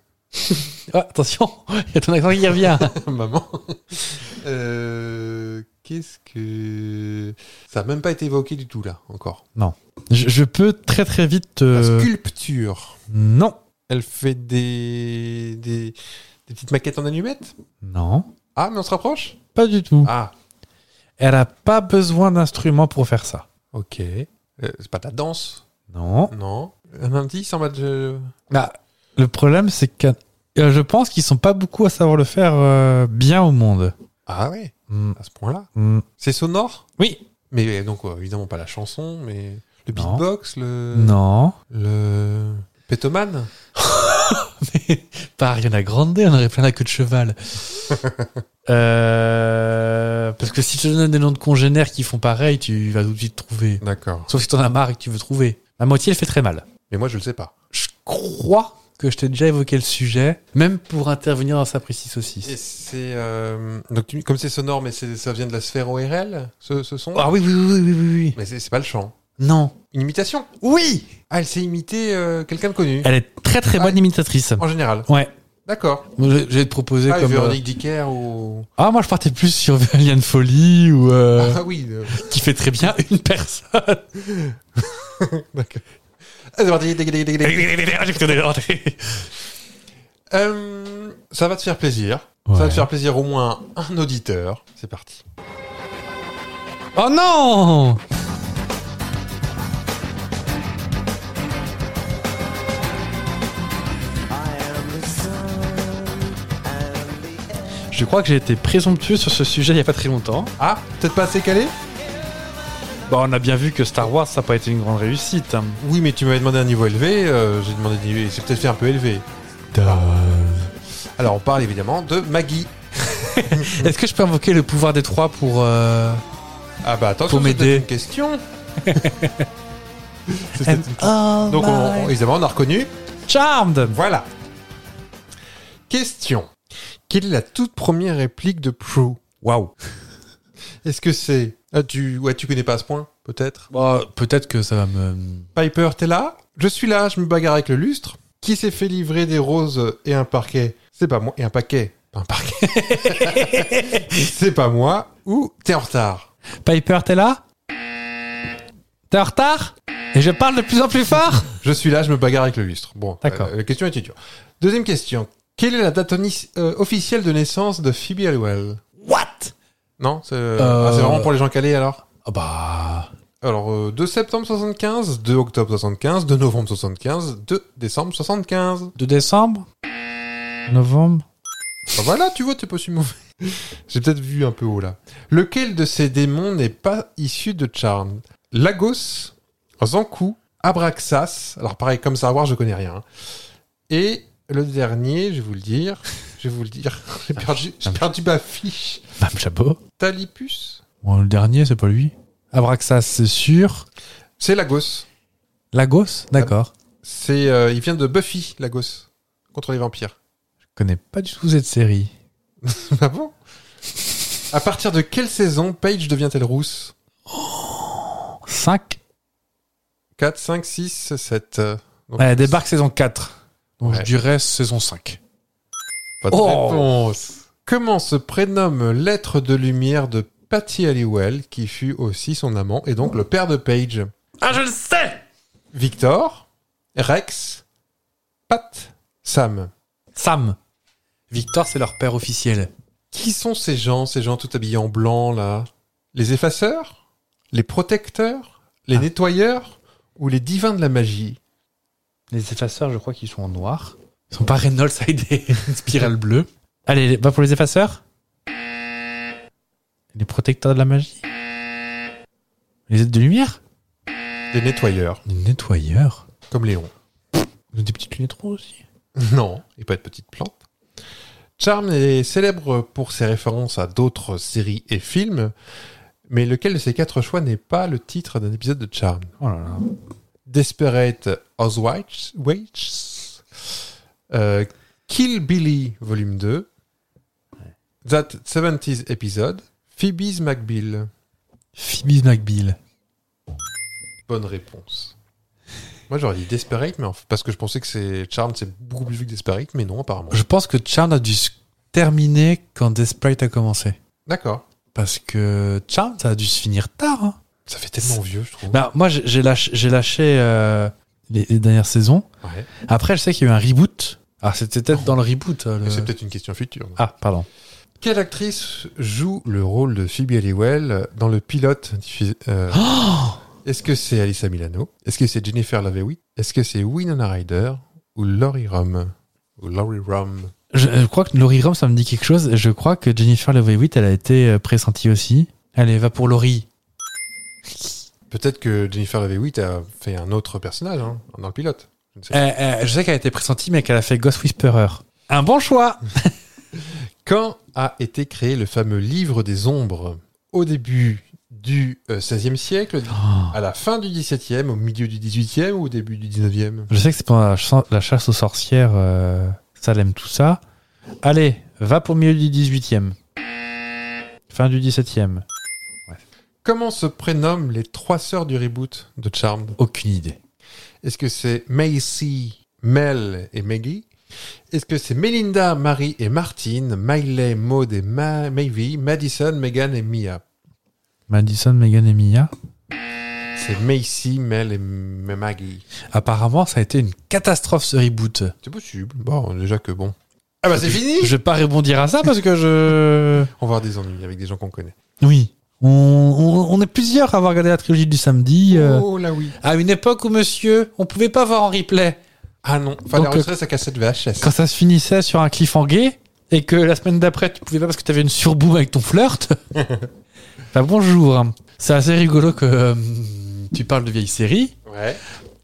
Speaker 4: Ah, attention, [laughs] il y a ton accent qui revient.
Speaker 6: [laughs] Maman. Euh, qu'est-ce que. Ça a même pas été évoqué du tout là, encore.
Speaker 4: [laughs] Je, je peux très très vite. te-
Speaker 6: La sculpture.
Speaker 4: Non,
Speaker 6: Elle fait des... des. des petites maquettes en allumettes
Speaker 4: non,
Speaker 6: Ah, mais on se rapproche
Speaker 4: pas du tout.
Speaker 6: Ah,
Speaker 4: Elle a pas besoin d'instruments pour faire ça.
Speaker 6: ok. Euh, c'est pas de la danse
Speaker 4: Non.
Speaker 6: Non. Un indice en mode. euh, je-
Speaker 4: Bah, le problème c'est que euh, je pense qu'ils sont pas beaucoup à savoir le faire euh, bien au monde.
Speaker 6: Ah ouais,
Speaker 4: Mm,
Speaker 6: à ce point-là.
Speaker 4: mm.
Speaker 6: C'est sonore
Speaker 4: Oui.
Speaker 6: Mais euh, donc, euh, évidemment, pas la chanson, mais. Le
Speaker 4: Non.
Speaker 6: beatbox, le.
Speaker 4: Non.
Speaker 6: Le. Pétoman
Speaker 4: [laughs] Pas Ariana Grande, on aurait plein la queue de [laughs] cheval. Euh, parce que si je te donne des noms de congénères qui font pareil, tu vas tout de suite trouver.
Speaker 6: D'accord.
Speaker 4: Sauf si t'en as marre et que tu veux trouver. La moitié, elle fait très mal.
Speaker 6: Mais moi, je le sais pas.
Speaker 4: Je crois que je t'ai déjà évoqué le sujet, même pour intervenir dans sa précise
Speaker 6: Et
Speaker 4: saucisse.
Speaker 6: c'est. euh, Donc, tu- comme c'est sonore, mais c'est- ça vient de la sphère ORL, ce, ce son
Speaker 4: Ah oui, oui, oui, oui, oui, oui.
Speaker 6: Mais c'est c'est pas le chant.
Speaker 4: Non.
Speaker 6: Une imitation
Speaker 4: Oui
Speaker 6: Ah, elle s'est imitée euh, quelqu'un de connu.
Speaker 4: Elle est très très bonne imitatrice.
Speaker 6: En général.
Speaker 4: Ouais.
Speaker 6: D'accord.
Speaker 4: Moi, Je, je vais te proposer
Speaker 6: Ah,
Speaker 4: comme. euh,
Speaker 6: Véronique Dicker ou.
Speaker 4: Ah, moi je partais plus sur Liane Folly ou. euh, [laughs]
Speaker 6: Ah oui, euh,
Speaker 4: qui fait très bien une personne. [laughs]
Speaker 6: d'accord. Ah, c'est parti, dégage, dégage, dégage. Euh, ça va te faire plaisir. Ça va
Speaker 4: Ouais.
Speaker 6: te faire plaisir au moins un auditeur. C'est parti.
Speaker 4: Oh non Je crois que j'ai été présomptueux sur ce sujet il n'y a pas très longtemps.
Speaker 6: Ah, peut-être pas assez calé
Speaker 4: Bah, on a bien vu que Star Wars, ça n'a pas été une grande réussite. hein.
Speaker 6: Oui, mais tu m'avais demandé un niveau élevé. euh, J'ai demandé un niveau. C'est peut-être fait un peu élevé. Alors, on parle évidemment de Maggie.
Speaker 4: Est-ce que je peux invoquer le pouvoir des trois pour... euh,
Speaker 6: Ah bah attends,
Speaker 4: Faut m'aider.
Speaker 6: une
Speaker 4: [laughs]
Speaker 6: question. C'est peut-être une-
Speaker 4: Oh
Speaker 6: Donc, on- on-
Speaker 4: my-
Speaker 6: évidemment, on a reconnu.
Speaker 4: Charmed
Speaker 6: Voilà. Question. Quelle est la toute première réplique de Prue
Speaker 4: Waouh
Speaker 6: Est-ce que c'est... Ah, tu... Ouais, tu connais pas à ce point, peut-être.
Speaker 4: Bah, Peut-être que ça va me...
Speaker 6: Piper, t'es là Je suis là, je me bagarre avec le lustre. Qui s'est fait livrer des roses et un parquet C'est pas moi. Et un paquet pas un parquet. [laughs] c'est pas moi ou t'es en retard.
Speaker 4: Piper, t'es là T'es en retard Et je parle de plus en plus fort
Speaker 6: Je suis là, je me bagarre avec le lustre. Bon,
Speaker 4: D'accord.
Speaker 6: euh, la question est dure. Deuxième question. Quelle est la date oni- euh, officielle de naissance de Phoebe Halliwell
Speaker 4: What
Speaker 6: Non, c'est ah, c'est vraiment pour les gens calés alors
Speaker 4: Ah bah...
Speaker 6: Alors, euh, 2 septembre 75, 2 octobre 75, 2 novembre 75, 2 décembre 75.
Speaker 4: De décembre Novembre
Speaker 6: Ah, voilà, tu vois, t'es pas si mauvais. J'ai peut-être vu un peu haut là. Lequel de ces démons n'est pas issu de Charm Lagos, Zanku, Abraxas. Alors pareil, comme ça à voir, je connais rien. hein. Et le dernier, je vais vous le dire. Je vais vous le dire. [laughs] J'ai perdu, j'ai perdu ma fiche.
Speaker 4: Mme Chabot
Speaker 6: Talipus
Speaker 4: Bon, le dernier, c'est pas lui. Abraxas, c'est sûr.
Speaker 6: C'est Lagos.
Speaker 4: Lagos D'accord.
Speaker 6: C'est, euh, il vient de Buffy, Lagos. Contre les vampires. [laughs]
Speaker 4: Je connais pas du tout cette série.
Speaker 6: ah bon À partir de quelle saison Paige devient-elle rousse
Speaker 4: 5
Speaker 6: 4, 5, 6, 7.
Speaker 4: Elle débarque saison 4. Donc
Speaker 6: Ouais.
Speaker 4: je dirais saison 5.
Speaker 6: Pas de
Speaker 4: Oh.
Speaker 6: réponse. Comment se prénomme l'être de lumière de Patty Halliwell, qui fut aussi son amant et donc le père de Paige
Speaker 4: Ah, je le sais
Speaker 6: Victor, Rex, Pat, Sam.
Speaker 4: Sam. Victor, c'est leur père officiel.
Speaker 6: Qui sont ces gens, ces gens tout habillés en blanc là Les effaceurs Les protecteurs Les
Speaker 4: Ah.
Speaker 6: nettoyeurs Ou les divins de la magie
Speaker 4: Les effaceurs, je crois qu'ils sont en noir. Ils sont pas Reynolds avec des [laughs] une spirale bleue. Allez, va pour les effaceurs. Les protecteurs de la magie. Les aides de lumière.
Speaker 6: Des nettoyeurs,
Speaker 4: Les nettoyeurs.
Speaker 6: comme Léon. [laughs]
Speaker 4: Des petites lunettes rouges aussi.
Speaker 6: Non, et pas de petite plante. Charm est célèbre pour ses références à d'autres séries et films, mais lequel de ces quatre choix n'est pas le titre d'un épisode de Charm
Speaker 4: Oh là là.
Speaker 6: Desperate Housewives, Waits, euh, Kill Billy, volume 2, That 70s Episode, Phoebe's McBeal.
Speaker 4: Phoebe McBeal.
Speaker 6: Bonne réponse. Moi j'aurais dit Desperate, mais en f- parce que je pensais que c'est Charm, c'est beaucoup plus vieux que Desperate, mais non apparemment.
Speaker 4: Je pense que Charm a dû se terminer quand Desperate a commencé.
Speaker 6: D'accord.
Speaker 4: Parce que Charm, ça a dû se finir tard. hein.
Speaker 6: Ça fait tellement vieux, je trouve.
Speaker 4: Bah, moi, j'ai- j'ai lâché, j'ai lâché euh, les, les dernières saisons.
Speaker 6: Ouais.
Speaker 4: Après, je sais qu'il y a eu un reboot. Alors, c'était peut-être dans le reboot. euh, le-
Speaker 6: Mais C'est peut-être une question future.
Speaker 4: Ah, pardon.
Speaker 6: Quelle actrice joue le rôle de Phoebe Halliwell dans le pilote diffusé euh, Est-ce que c'est Alyssa Milano Est-ce que c'est Jennifer Lavewitt Est-ce que c'est Winona Ryder Ou Laurie Rum Ou Laurie Rum
Speaker 4: Je, je crois que Laurie Rum, ça me dit quelque chose. et Je crois que Jennifer Lovey Witt, elle a été euh, pressentie aussi. Allez, va pour Laurie.
Speaker 6: Peut-être que Jennifer Lavewitt a fait un autre personnage hein, dans le pilote. Je ne sais pas.
Speaker 4: Euh, euh, je sais qu'elle a été pressentie, mais qu'elle a fait Ghost Whisperer. Un bon choix
Speaker 6: Quand a été créé le fameux livre des ombres Au début du XVIe siècle, à la fin du XVIIe, au milieu du XVIIIe ou au début du XIXe
Speaker 4: Je sais que c'est pendant la, ch- la chasse aux sorcières, euh, Salem, tout ça. Allez, va pour le milieu du 18e. Fin du 17e.
Speaker 6: Comment se prénomment les trois sœurs du reboot de Charmed
Speaker 4: Aucune idée.
Speaker 6: Est-ce que c'est Macy, Mel et Maggie Est-ce que c'est Melinda, Marie et Martine, Miley, Maud et Ma Maeve, Madison, Megan et Mia
Speaker 4: Madison, Megan et Mia.
Speaker 6: C'est Macy, Mel et M- Maggie.
Speaker 4: Apparemment, ça a été une catastrophe ce reboot.
Speaker 6: C'est possible. Bon, déjà que bon. Ah bah c'est fini
Speaker 4: Je vais pas répondre à ça parce que
Speaker 6: [laughs]
Speaker 4: je.
Speaker 6: On va avoir des ennuis avec des gens qu'on connaît.
Speaker 4: Oui. On, on- on est plusieurs à avoir regardé la trilogie du samedi. euh,
Speaker 6: Oh là oui.
Speaker 4: À une époque où, monsieur, on pouvait pas voir en replay.
Speaker 6: Ah non, fallait
Speaker 4: Donc,
Speaker 6: enregistrer sa cassette VHS.
Speaker 4: Quand ça se finissait sur un cliffhanger et que la semaine d'après, tu pouvais pas parce que t'avais une surboom avec ton [laughs] flirt. bah, bonjour. hein. C'est assez rigolo que euh, tu parles de vieilles séries
Speaker 6: Ouais.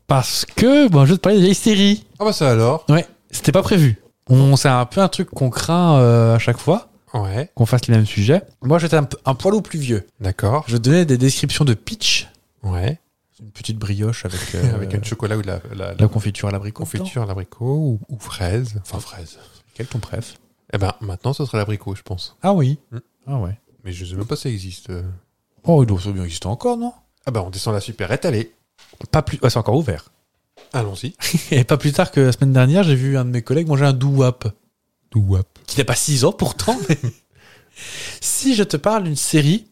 Speaker 4: parce que, bon, je vais te parler de vieilles séries.
Speaker 6: Ah bah ça alors
Speaker 4: Ouais, c'était pas prévu. On, c'est un peu un truc qu'on craint euh, à chaque fois,
Speaker 6: Ouais.
Speaker 4: qu'on fasse les mêmes sujets. Moi, j'étais un, p- un poil au plus vieux.
Speaker 6: D'accord.
Speaker 4: Je donnais des descriptions de pitch.
Speaker 6: Ouais.
Speaker 4: Une petite brioche avec, [laughs]
Speaker 6: Avec un chocolat ou de la, la- la
Speaker 4: la confiture à l'abricot.
Speaker 6: confiture à l'abricot ou, ou fraise. Enfin fraise.
Speaker 4: Quel ton préf
Speaker 6: Eh ben maintenant ce serait l'abricot je pense.
Speaker 4: Ah oui.
Speaker 6: Hmm.
Speaker 4: Ah ouais.
Speaker 6: Mais je sais même pas si ça existe. euh.
Speaker 4: Oh, il doit ça doit exister encore, non
Speaker 6: Ah bah on descend la supérette, allez.
Speaker 4: Pas plus. ouais, c'est encore ouvert.
Speaker 6: Allons-y.
Speaker 4: Et pas plus tard que la semaine dernière, j'ai vu un de mes collègues manger un doo-wap.
Speaker 6: Douap.
Speaker 4: qui n'a pas 6 ans pourtant. [laughs] mais- si je te parle d'une série,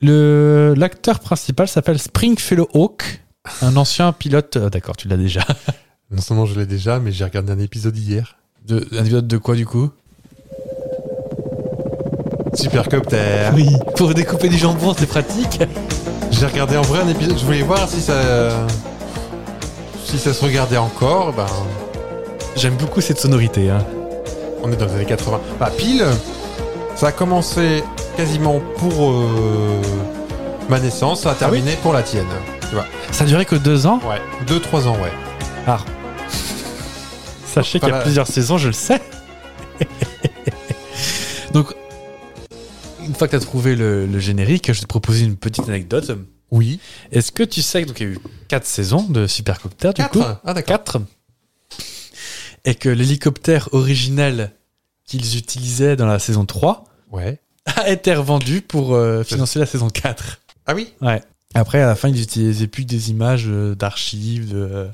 Speaker 4: le- l'acteur principal s'appelle Springfellow Hawk, un ancien pilote. euh, D'accord, tu l'as déjà.
Speaker 6: Non seulement je l'ai déjà, mais j'ai regardé un épisode hier.
Speaker 4: De, un pilote de quoi du coup
Speaker 6: Supercopter.
Speaker 4: Oui. Pour découper du jambon, c'est pratique.
Speaker 6: J'ai regardé en vrai un épisode. Je voulais voir si ça. Si ça se regardait encore. Ben,
Speaker 4: J'aime beaucoup cette sonorité. hein.
Speaker 6: on est dans les années 80. Bah, pile, ça a commencé quasiment pour euh, ma naissance. Ça a terminé pour la tienne. Tu vois.
Speaker 4: Ça durait que deux ans.
Speaker 6: Ouais. Deux, trois ans, ouais.
Speaker 4: Ah. Sachez qu'il y a
Speaker 6: Voilà.
Speaker 4: plusieurs saisons, je le sais. [laughs] Donc, une fois que tu as trouvé le, le générique, je vais te proposer une petite anecdote.
Speaker 6: Oui.
Speaker 4: Est-ce que tu sais que donc il y a eu quatre saisons de Supercopter du coup
Speaker 6: Quatre. Ah, d'accord.
Speaker 4: 4 et que l'hélicoptère originel qu'ils utilisaient dans la saison 3
Speaker 6: Ouais.
Speaker 4: [laughs] a été revendu pour euh, financer la saison 4.
Speaker 6: Ah oui
Speaker 4: Après, à la fin, ils n'utilisaient plus que des images euh, d'archives. de- euh,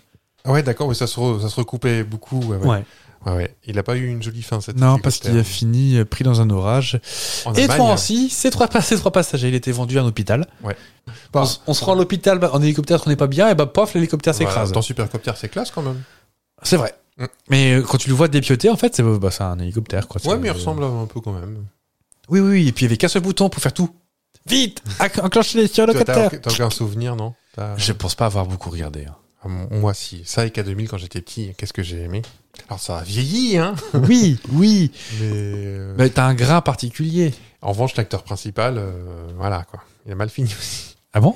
Speaker 6: Ah Ouais, d'accord, mais ça se, re- ça se recoupait beaucoup. Ouais, ouais.
Speaker 4: Ouais.
Speaker 6: Ouais, ouais. Il a pas eu une jolie fin cette
Speaker 4: Non,
Speaker 6: hélicoptère.
Speaker 4: parce qu'il a fini euh, pris dans un orage.
Speaker 6: En
Speaker 4: Et
Speaker 6: Allemagne,
Speaker 4: toi aussi, ces trois, [laughs] pa- ces trois passagers, il était vendu à un hôpital.
Speaker 6: bah,
Speaker 4: on, s- on se rend à l'hôpital bah, en hélicoptère, on n'est pas bien, et bah pof, l'hélicoptère
Speaker 6: voilà,
Speaker 4: s'écrase.
Speaker 6: Dans Supercopter, c'est classe quand même.
Speaker 4: C'est vrai.
Speaker 6: Mm.
Speaker 4: Mais euh, quand tu le vois dépioter, en fait, c'est bah, c'est un hélicoptère. Quoi.
Speaker 6: Ouais,
Speaker 4: C'est- euh,
Speaker 6: mais il ressemble un peu quand même.
Speaker 4: Oui, oui, oui. Et puis il y avait qu'un seul bouton pour faire tout.
Speaker 6: [laughs]
Speaker 4: Vite acc- Enclencher les
Speaker 6: Tu vois, T'as
Speaker 4: surlocataires
Speaker 6: t'as aucun souvenir, non T'as-
Speaker 4: Je pense pas avoir beaucoup regardé.
Speaker 6: [laughs]
Speaker 4: hein.
Speaker 6: Ah, Moi, si. Ça et K2000, quand j'étais petit, qu'est-ce que j'ai aimé Alors, ça a vieilli, hein
Speaker 4: Oui, oui.
Speaker 6: Mais. euh,
Speaker 4: Mais t'as un grain particulier.
Speaker 6: En revanche, l'acteur principal, euh, voilà, quoi. Il a mal fini aussi.
Speaker 4: Ah bon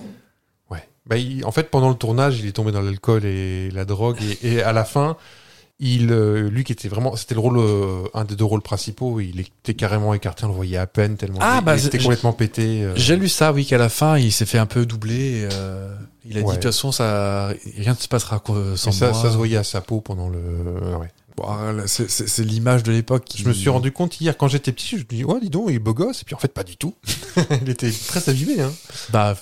Speaker 6: Ouais. Bah, il- en fait, pendant le tournage, il est tombé dans l'alcool et la drogue. Et, et à la fin, il, euh, lui qui était vraiment. C'était le rôle, euh, un des deux rôles principaux. Il était carrément écarté, on le voyait à peine tellement.
Speaker 4: Ah,
Speaker 6: il,
Speaker 4: bah,
Speaker 6: il était
Speaker 4: je-
Speaker 6: complètement pété. euh.
Speaker 4: J'ai lu ça, oui, qu'à la fin, il s'est fait un peu doubler. euh, il a dit, de
Speaker 6: Ouais.
Speaker 4: toute façon, ça, rien ne se passera quoi, sans
Speaker 6: Mais ça,
Speaker 4: moi.
Speaker 6: ça se voyait à sa peau pendant le. ouais.
Speaker 4: Voilà, hein, c'est- c'est c'est l'image de l'époque. qui-
Speaker 6: Je me suis rendu compte hier, quand j'étais petit, je me dis, oh, dis donc, il est beau gosse. Et puis en fait, pas du tout. [laughs] il était très abîmé, hein.
Speaker 4: Bah,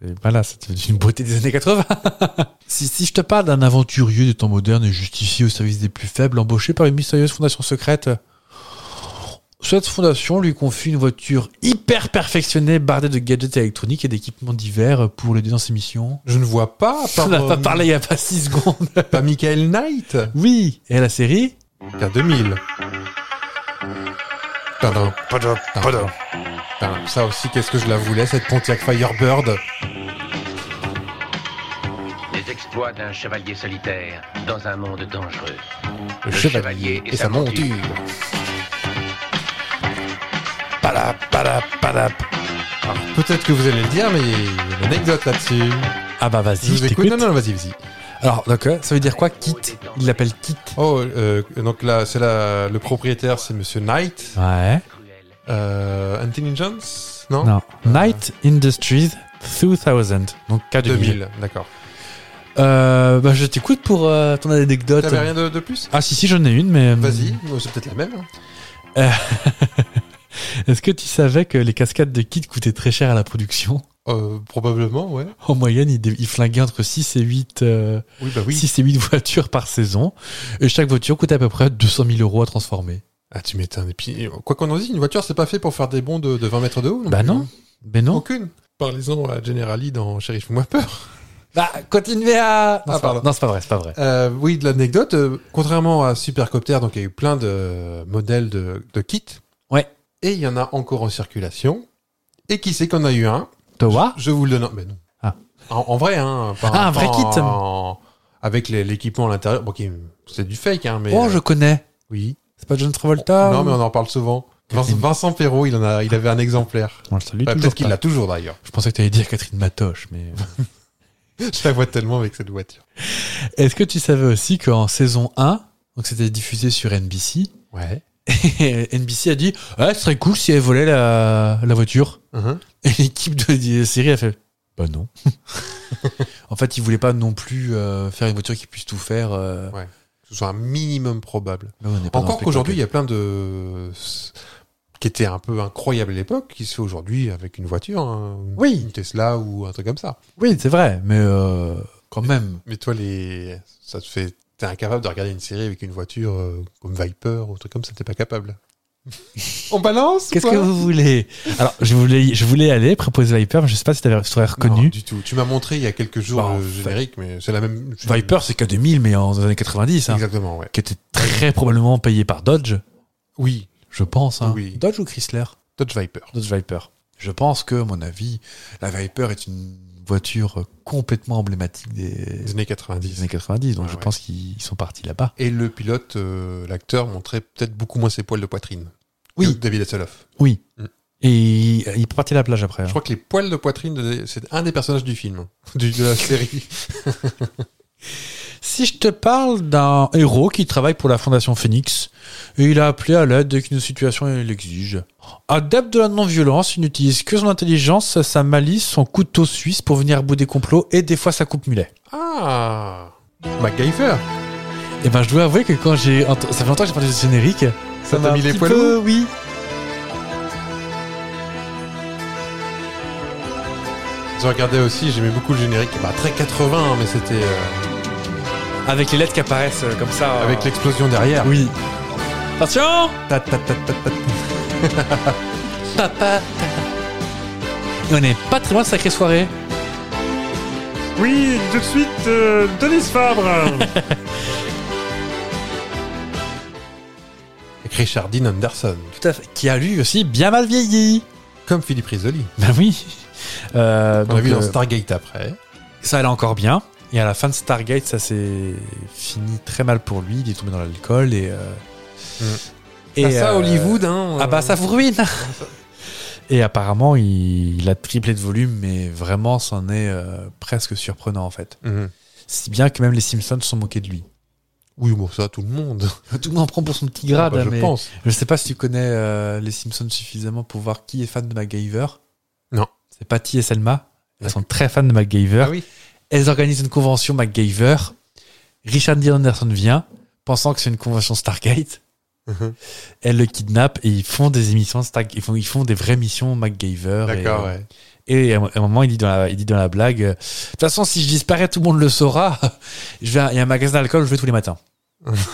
Speaker 4: c'est- voilà, c'était une beauté des années [laughs] 80. si, si je te parle d'un aventurier des temps modernes et justifié au service des plus faibles, embauché par une mystérieuse fondation secrète, cette fondation lui confie une voiture hyper perfectionnée, bardée de gadgets électroniques et d'équipements divers pour l'aider dans ses missions.
Speaker 6: Je ne vois pas,
Speaker 4: [laughs] On
Speaker 6: par,
Speaker 4: n'a
Speaker 6: euh,
Speaker 4: pas parlé il y a pas 6 secondes.
Speaker 6: pas Michael Knight.
Speaker 4: [laughs] Oui, et la série
Speaker 6: K2000. Tadam, padam, padam. Tadam. Ça aussi, qu'est-ce que je la voulais, cette Pontiac Firebird
Speaker 7: Les exploits d'un chevalier solitaire dans un monde dangereux.
Speaker 6: Le
Speaker 7: chevalier et sa monture.
Speaker 6: Palap, palap, palap. Alors, Peut-être que vous allez le dire, mais il y a une anecdote là-dessus.
Speaker 4: Ah bah
Speaker 6: Je
Speaker 4: vas-y,
Speaker 6: vous
Speaker 4: je
Speaker 6: écoute.
Speaker 4: t'écoute.
Speaker 6: Non, non, non, vas-y, vas-y.
Speaker 4: Alors, donc, euh, ça veut dire quoi, Kit Il l'appelle Kit.
Speaker 6: Oh, euh, donc là, c'est la- le propriétaire, c'est Monsieur Knight.
Speaker 4: Ouais.
Speaker 7: Cruel.
Speaker 6: Euh, Intelligence Non,
Speaker 4: Non. Night Industries 2000. Donc K2000.
Speaker 6: 2000, d'accord.
Speaker 4: Euh, bah, je t'écoute pour euh, ton anecdote.
Speaker 6: T'avais rien de, de plus
Speaker 4: Ah si si j'en ai une mais euh,
Speaker 6: Vas-y, c'est peut-être la même. hein.
Speaker 4: Est-ce que tu savais que les cascades de Kit coûtaient très cher à la production [laughs]
Speaker 6: Euh, probablement, ouais.
Speaker 4: En moyenne, ils dé- ils flinguaient entre 6 et 8 euh,
Speaker 6: Oui, bah oui.
Speaker 4: 6 et 8 voitures par saison et chaque voiture coûtait à peu près 200 000 euros à transformer.
Speaker 6: Ah, tu m'étonnes. Et puis, quoi qu'on en dise, une voiture, c'est pas fait pour faire des bonds de, de 20 mètres de haut.
Speaker 4: Bah
Speaker 6: plus,
Speaker 4: non.
Speaker 6: hein.
Speaker 4: Mais non.
Speaker 6: Aucune. Parlez-en à Generali dans Chéri, fais-moi peur.
Speaker 4: Bah continuez à Non,
Speaker 6: Ah,
Speaker 4: c'est pas-
Speaker 6: pardon.
Speaker 4: non, c'est pas vrai, c'est pas vrai.
Speaker 6: Euh, oui, de l'anecdote, euh, contrairement à Supercopter, donc il y a eu plein de euh, modèles de, de kits.
Speaker 4: Ouais.
Speaker 6: Et il y en a encore en circulation. Et qui sait qu'on a eu un
Speaker 4: Toa
Speaker 6: Je vous le donne. un- Mais non.
Speaker 4: Ah.
Speaker 6: En, en vrai, hein. pas-
Speaker 4: Ah, un vrai
Speaker 6: pas
Speaker 4: kit.
Speaker 6: en- Avec les- l'équipement à l'intérieur. Bon, qui- c'est du fake, hein, mais.
Speaker 4: Oh, je connais.
Speaker 6: Oui.
Speaker 4: C'est pas John Travolta
Speaker 6: non,
Speaker 4: ou-
Speaker 6: mais on en parle souvent. Vincent, Vincent Perrault, il, en a, il avait un exemplaire.
Speaker 4: On le salue
Speaker 6: Ouais,
Speaker 4: toujours
Speaker 6: Bah, Peut-être qu'il
Speaker 4: pas.
Speaker 6: l'a toujours d'ailleurs. [laughs]
Speaker 4: Je pensais que t'allais dire Catherine Matoche mais euh,
Speaker 6: Je la vois tellement avec cette voiture.
Speaker 4: Est-ce que tu savais aussi qu'en saison 1, donc c'était diffusé sur [laughs] NBC,
Speaker 6: Ouais.
Speaker 4: NBC a dit Ouais, ce serait cool si elle volait la, la voiture.
Speaker 6: Uh-huh.
Speaker 4: Et l'équipe de la série a fait Bah non. [laughs] en fait, ils voulaient pas non plus euh, faire une voiture qui puisse tout faire. euh,
Speaker 6: Ouais. Que ce soit un minimum probable.
Speaker 4: là, on n'est pas dans
Speaker 6: Encore
Speaker 4: le
Speaker 6: qu'aujourd'hui, il
Speaker 4: spectacle.
Speaker 6: y a plein de. qui étaient un peu incroyables à l'époque, qui se fait aujourd'hui avec une voiture. hein, une-
Speaker 4: Oui.
Speaker 6: Une Tesla ou un truc comme ça.
Speaker 4: Oui, c'est vrai, mais euh, quand même.
Speaker 6: Mais toi, les. Ça te fait T'es incapable de regarder une série avec une voiture euh, comme Viper ou un truc comme ça, t'es
Speaker 4: [laughs]
Speaker 6: pas capable. On balance ou
Speaker 4: Qu'est-ce
Speaker 6: pas
Speaker 4: que vous voulez Alors, je voulais, je voulais aller proposer Viper, mais je sais pas si t'avais tu t'aurais
Speaker 6: Non,
Speaker 4: reconnu.
Speaker 6: du tout. Tu m'as montré il y a quelques jours
Speaker 4: Bah, en
Speaker 6: le générique, mais c'est la même. c'est-
Speaker 4: Viper, c'est K2000, mais en, dans les années 90, hein,
Speaker 6: Exactement, ouais.
Speaker 4: qui était très probablement payé par Dodge,
Speaker 6: Oui,
Speaker 4: je pense. hein.
Speaker 6: Oui.
Speaker 4: Dodge ou Chrysler
Speaker 6: Dodge Viper.
Speaker 4: Dodge Viper. Je pense que, à mon avis, la Viper est une voiture complètement emblématique des,
Speaker 6: Des années
Speaker 4: des
Speaker 6: 90.
Speaker 4: années 90, donc
Speaker 6: Ouais,
Speaker 4: je
Speaker 6: ouais.
Speaker 4: pense qu'ils sont partis là-bas.
Speaker 6: Et le pilote, euh, l'acteur, montrait peut-être beaucoup moins ses poils de poitrine.
Speaker 4: Oui.
Speaker 6: Que David Hasselhoff.
Speaker 4: Oui.
Speaker 6: Mm.
Speaker 4: Et il il est parti à la plage après. hein.
Speaker 6: Je crois que les poils de poitrine, de- c'est un des personnages du film, [laughs] du- de la série.
Speaker 4: Si je te parle d'un héros qui travaille pour la Fondation Phoenix, et il a appelé à l'aide dès qu'une situation l'exige. Adepte de la non-violence, il n'utilise que son intelligence, sa malice, son couteau suisse pour venir à bout des complots et des fois sa coupe mulet.
Speaker 6: Ah MacGyver
Speaker 4: Et ben je dois avouer que quand j'ai. ent- Ça fait longtemps que j'ai entendu ce générique.
Speaker 6: Ça
Speaker 4: m'a
Speaker 6: t'a mis
Speaker 4: un
Speaker 6: les
Speaker 4: petit
Speaker 6: poils
Speaker 4: peu- Oui.
Speaker 6: Je regardais aussi, j'aimais beaucoup le générique. Bah, très 80, hein, mais c'était euh,
Speaker 4: Avec les lettres qui apparaissent euh, comme ça. euh,
Speaker 6: avec l'explosion derrière.
Speaker 4: Oui. Attention Ta, ta, ta, ta, ta. Ta, [laughs] ta, ta. Et on n'est pas très loin de sacrée soirée.
Speaker 8: Oui, tout de suite, euh,
Speaker 4: [laughs]
Speaker 8: Denis Fabre
Speaker 6: Avec Richard Dean Anderson,
Speaker 4: Tout à fait. Qui a lui aussi bien mal vieilli.
Speaker 6: comme Philippe Risoli.
Speaker 4: Ben oui. Euh,
Speaker 6: On l'a
Speaker 4: donc,
Speaker 6: vu dans
Speaker 4: euh,
Speaker 6: Stargate après.
Speaker 4: ça allait encore bien. Et à la fin de Stargate, ça s'est fini très mal pour lui. Il est tombé dans l'alcool et. euh,
Speaker 6: Mm.
Speaker 4: et,
Speaker 6: Ah, ça,
Speaker 4: euh,
Speaker 6: Hollywood, hein.
Speaker 4: Ah bah ça vous ruine [laughs] Et apparemment, il, il a triplé de volume, mais vraiment, c'en est euh, presque surprenant en fait.
Speaker 6: Mhm.
Speaker 4: Si bien que même les Simpsons se sont moqués de lui.
Speaker 6: Oui, bon, ça, tout le monde.
Speaker 4: Tout le monde en prend pour son petit grade,
Speaker 6: Ah bah,
Speaker 4: hein,
Speaker 6: je
Speaker 4: mais
Speaker 6: pense.
Speaker 4: je sais pas si tu connais euh, les Simpsons suffisamment pour voir qui est fan de MacGyver.
Speaker 6: Non. Ah
Speaker 4: C'est Patty et Selma. Elles sont très fans de MacGyver.
Speaker 6: oui
Speaker 4: Elles organisent une convention MacGyver. Richard Dean Anderson vient, pensant que c'est une convention Stargate.
Speaker 6: Mhm.
Speaker 4: Elle le kidnappe et ils font des émissions de Stargate. Ils font, ils font des vraies missions MacGyver. et,
Speaker 6: D'accord,
Speaker 4: euh,
Speaker 6: ouais. [laughs]
Speaker 4: et à un à un moment, il dit dans la, il dit dans la blague euh, De toute façon, si je disparais, tout le monde le saura. [laughs] Je vais à- Il y a un magasin d'alcool, je vais tous les matins.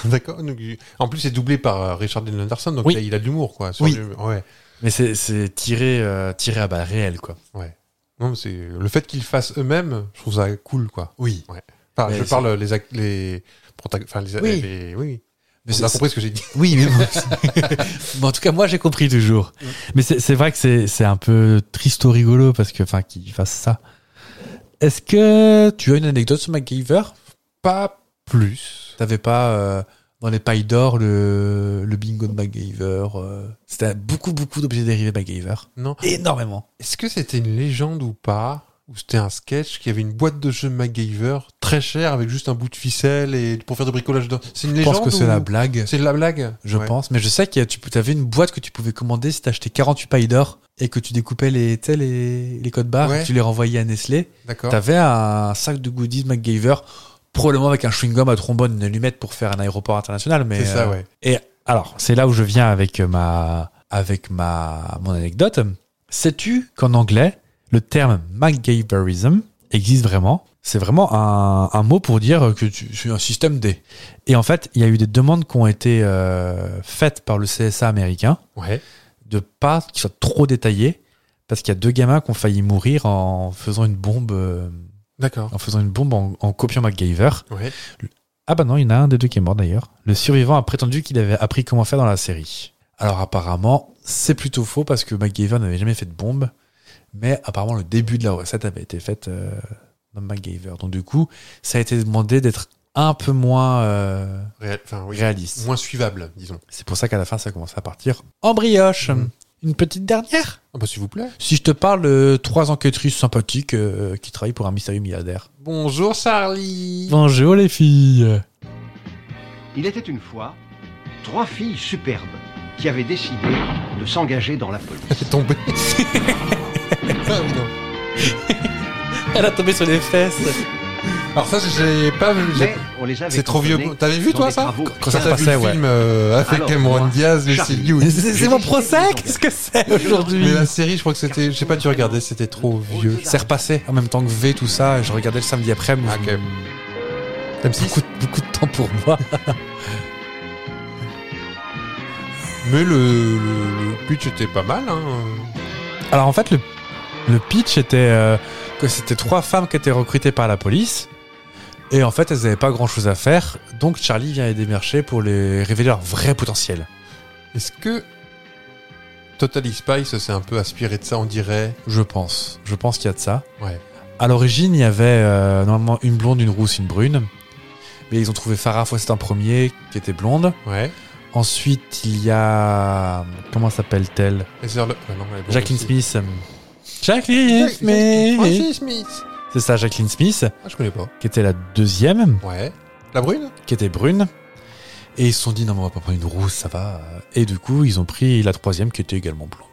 Speaker 6: D'accord. donc, En plus, c'est doublé par euh, Richard Dean Anderson, donc
Speaker 4: Oui.
Speaker 6: il a- il a de l'humour, quoi. sur
Speaker 4: Oui.
Speaker 6: le- ouais.
Speaker 4: Mais c'est- c'est tiré, euh, tiré à balles réelles, quoi.
Speaker 6: Non, mais c'est le fait qu'ils le fassent eux-mêmes, je trouve ça cool, quoi.
Speaker 4: Oui.
Speaker 6: Enfin,
Speaker 4: Mais
Speaker 6: je
Speaker 4: c'est-
Speaker 6: parle les ac- les protagonistes. Enfin, les,
Speaker 4: Oui.
Speaker 6: les- oui.
Speaker 4: Mais
Speaker 6: On a
Speaker 4: c'est-
Speaker 6: compris ce que j'ai dit.
Speaker 4: [laughs] Oui, mais moi aussi. Bon, [laughs] en tout cas, moi, j'ai compris toujours. Mais c'est c'est vrai que c'est c'est un peu tristo rigolo parce que, enfin, qu'il fasse ça. Est-ce que tu as une anecdote sur MacGyver
Speaker 6: Pas plus.
Speaker 4: T'avais pas euh, dans les pailles d'or le, le bingo de MacGyver euh, C'était beaucoup, beaucoup d'objets dérivés MacGyver.
Speaker 6: Non.
Speaker 4: Énormément.
Speaker 6: Est-ce que c'était une légende ou pas Ou c'était un sketch qui avait une boîte de jeux MacGyver très chère avec juste un bout de ficelle et pour faire du bricolage dedans C'est une
Speaker 4: Je
Speaker 6: légende
Speaker 4: pense que c'est
Speaker 6: ou-
Speaker 4: la blague,
Speaker 6: C'est de la blague
Speaker 4: je
Speaker 6: Ouais.
Speaker 4: pense. Mais je sais que tu avais une boîte que tu pouvais commander si t'achetais 48 pailles d'or et que tu découpais les, tu sais, les, les codes barres
Speaker 6: Ouais. Ah.
Speaker 4: et tu les renvoyais à Nestlé.
Speaker 6: D'accord.
Speaker 4: T'avais un sac de goodies MacGyver, probablement avec un chewing-gum à trombone et une allumette pour faire un aéroport international. Mais
Speaker 6: C'est ça,
Speaker 4: euh,
Speaker 6: ouais.
Speaker 4: Et alors, c'est là où je viens avec euh, ma, avec ma, mon anecdote. Sais-tu qu'en anglais, le terme MacGyverism existe vraiment C'est vraiment un, un mot pour dire que tu- c'est un système D. Et en fait, il y a eu des demandes qui ont été euh, faites par le CSA américain
Speaker 6: Ouais.
Speaker 4: de pas qu'il soit trop détaillé parce qu'il y a deux gamins qui ont failli mourir en faisant une bombe euh,
Speaker 6: D'accord.
Speaker 4: en faisant une bombe en, en copiant MacGyver.
Speaker 6: Ouais.
Speaker 4: Ah bah non, il y en a un des deux qui est mort d'ailleurs. Le survivant a prétendu qu'il avait appris comment faire dans la série. Alors apparemment, c'est plutôt faux parce que MacGyver n'avait jamais fait de bombe, mais apparemment le début de la recette avait été faite euh, dans MacGyver. Donc du coup, ça a été demandé d'être un peu moins euh,
Speaker 6: Réal- Enfin, oui.
Speaker 4: réaliste.
Speaker 6: Moins suivable, disons.
Speaker 4: C'est pour ça qu'à la fin, ça commence à partir en brioche.
Speaker 6: Mhm.
Speaker 4: Une petite dernière
Speaker 6: Ah bah, s'il vous plaît.
Speaker 4: si je te parle euh, trois enquêtrices sympathiques euh, qui travaillent pour un mystérieux milliardaire.
Speaker 6: Bonjour Charlie. [laughs]
Speaker 4: Bonjour les filles.
Speaker 9: Il était une fois trois filles superbes qui avaient décidé de s'engager dans la police.
Speaker 6: C'est tombé. [laughs] Ah oui, non.
Speaker 4: Elle a tombé sur les fesses.
Speaker 6: Alors ça, j'ai pas vu. j'ai-
Speaker 9: Mais on les avait
Speaker 6: C'est trop vieux.
Speaker 9: cantonnés
Speaker 6: T'avais vu
Speaker 9: dans
Speaker 6: toi
Speaker 9: des
Speaker 6: ça
Speaker 9: travaux
Speaker 4: Quand ça
Speaker 6: T'as vu
Speaker 4: passait,
Speaker 6: le
Speaker 4: ouais.
Speaker 6: film euh, avec
Speaker 9: Alors,
Speaker 6: Cameron
Speaker 9: moi,
Speaker 6: Diaz,
Speaker 9: Charlie.
Speaker 6: Lucille Liu.
Speaker 4: C'est c'est mon procès Qu'est-ce que c'est aujourd'hui
Speaker 6: Mais la série, je crois que c'était, je sais pas, tu regardais, c'était
Speaker 4: Oh,
Speaker 6: trop vieux.
Speaker 4: C'est repassé en même temps que V, tout ça. Je regardais le samedi après-midi.
Speaker 6: Ah, ok. M6.
Speaker 4: Beaucoup, de- beaucoup de temps pour
Speaker 6: [laughs]
Speaker 4: moi.
Speaker 6: Mais le, le, le pitch était pas mal. Hein.
Speaker 4: Alors en fait, le, le pitch était euh, que c'était trois femmes qui étaient recrutées par la police. Et en fait, elles n'avaient pas grand chose à faire. Donc Charlie vient les démarcher pour les révéler leur vrai potentiel.
Speaker 6: Est-ce que Total Spice s'est un peu inspiré de ça, on dirait
Speaker 4: Je pense. Je pense qu'il y a de ça.
Speaker 6: Ouais.
Speaker 4: À l'origine, il y avait euh, normalement une blonde, une rousse, une brune. Mais ils ont trouvé Farah Fawcett en premier, qui était blonde.
Speaker 6: Ouais.
Speaker 4: Ensuite, il y a. Comment s'appelle-t-elle
Speaker 6: Heather- ah non, elle est blonde
Speaker 4: Jacqueline
Speaker 6: aussi.
Speaker 4: Smith. Jacqueline Smith
Speaker 6: Jacqueline Smith.
Speaker 4: C'est ça, Jacqueline Smith,
Speaker 6: Ah, je connais pas.
Speaker 4: qui était la deuxième,
Speaker 6: Ouais. La brune
Speaker 4: qui était brune. Et ils se sont dit, non, mais on va pas prendre une rousse, ça va. Et du coup, ils ont pris la troisième, qui était également blonde.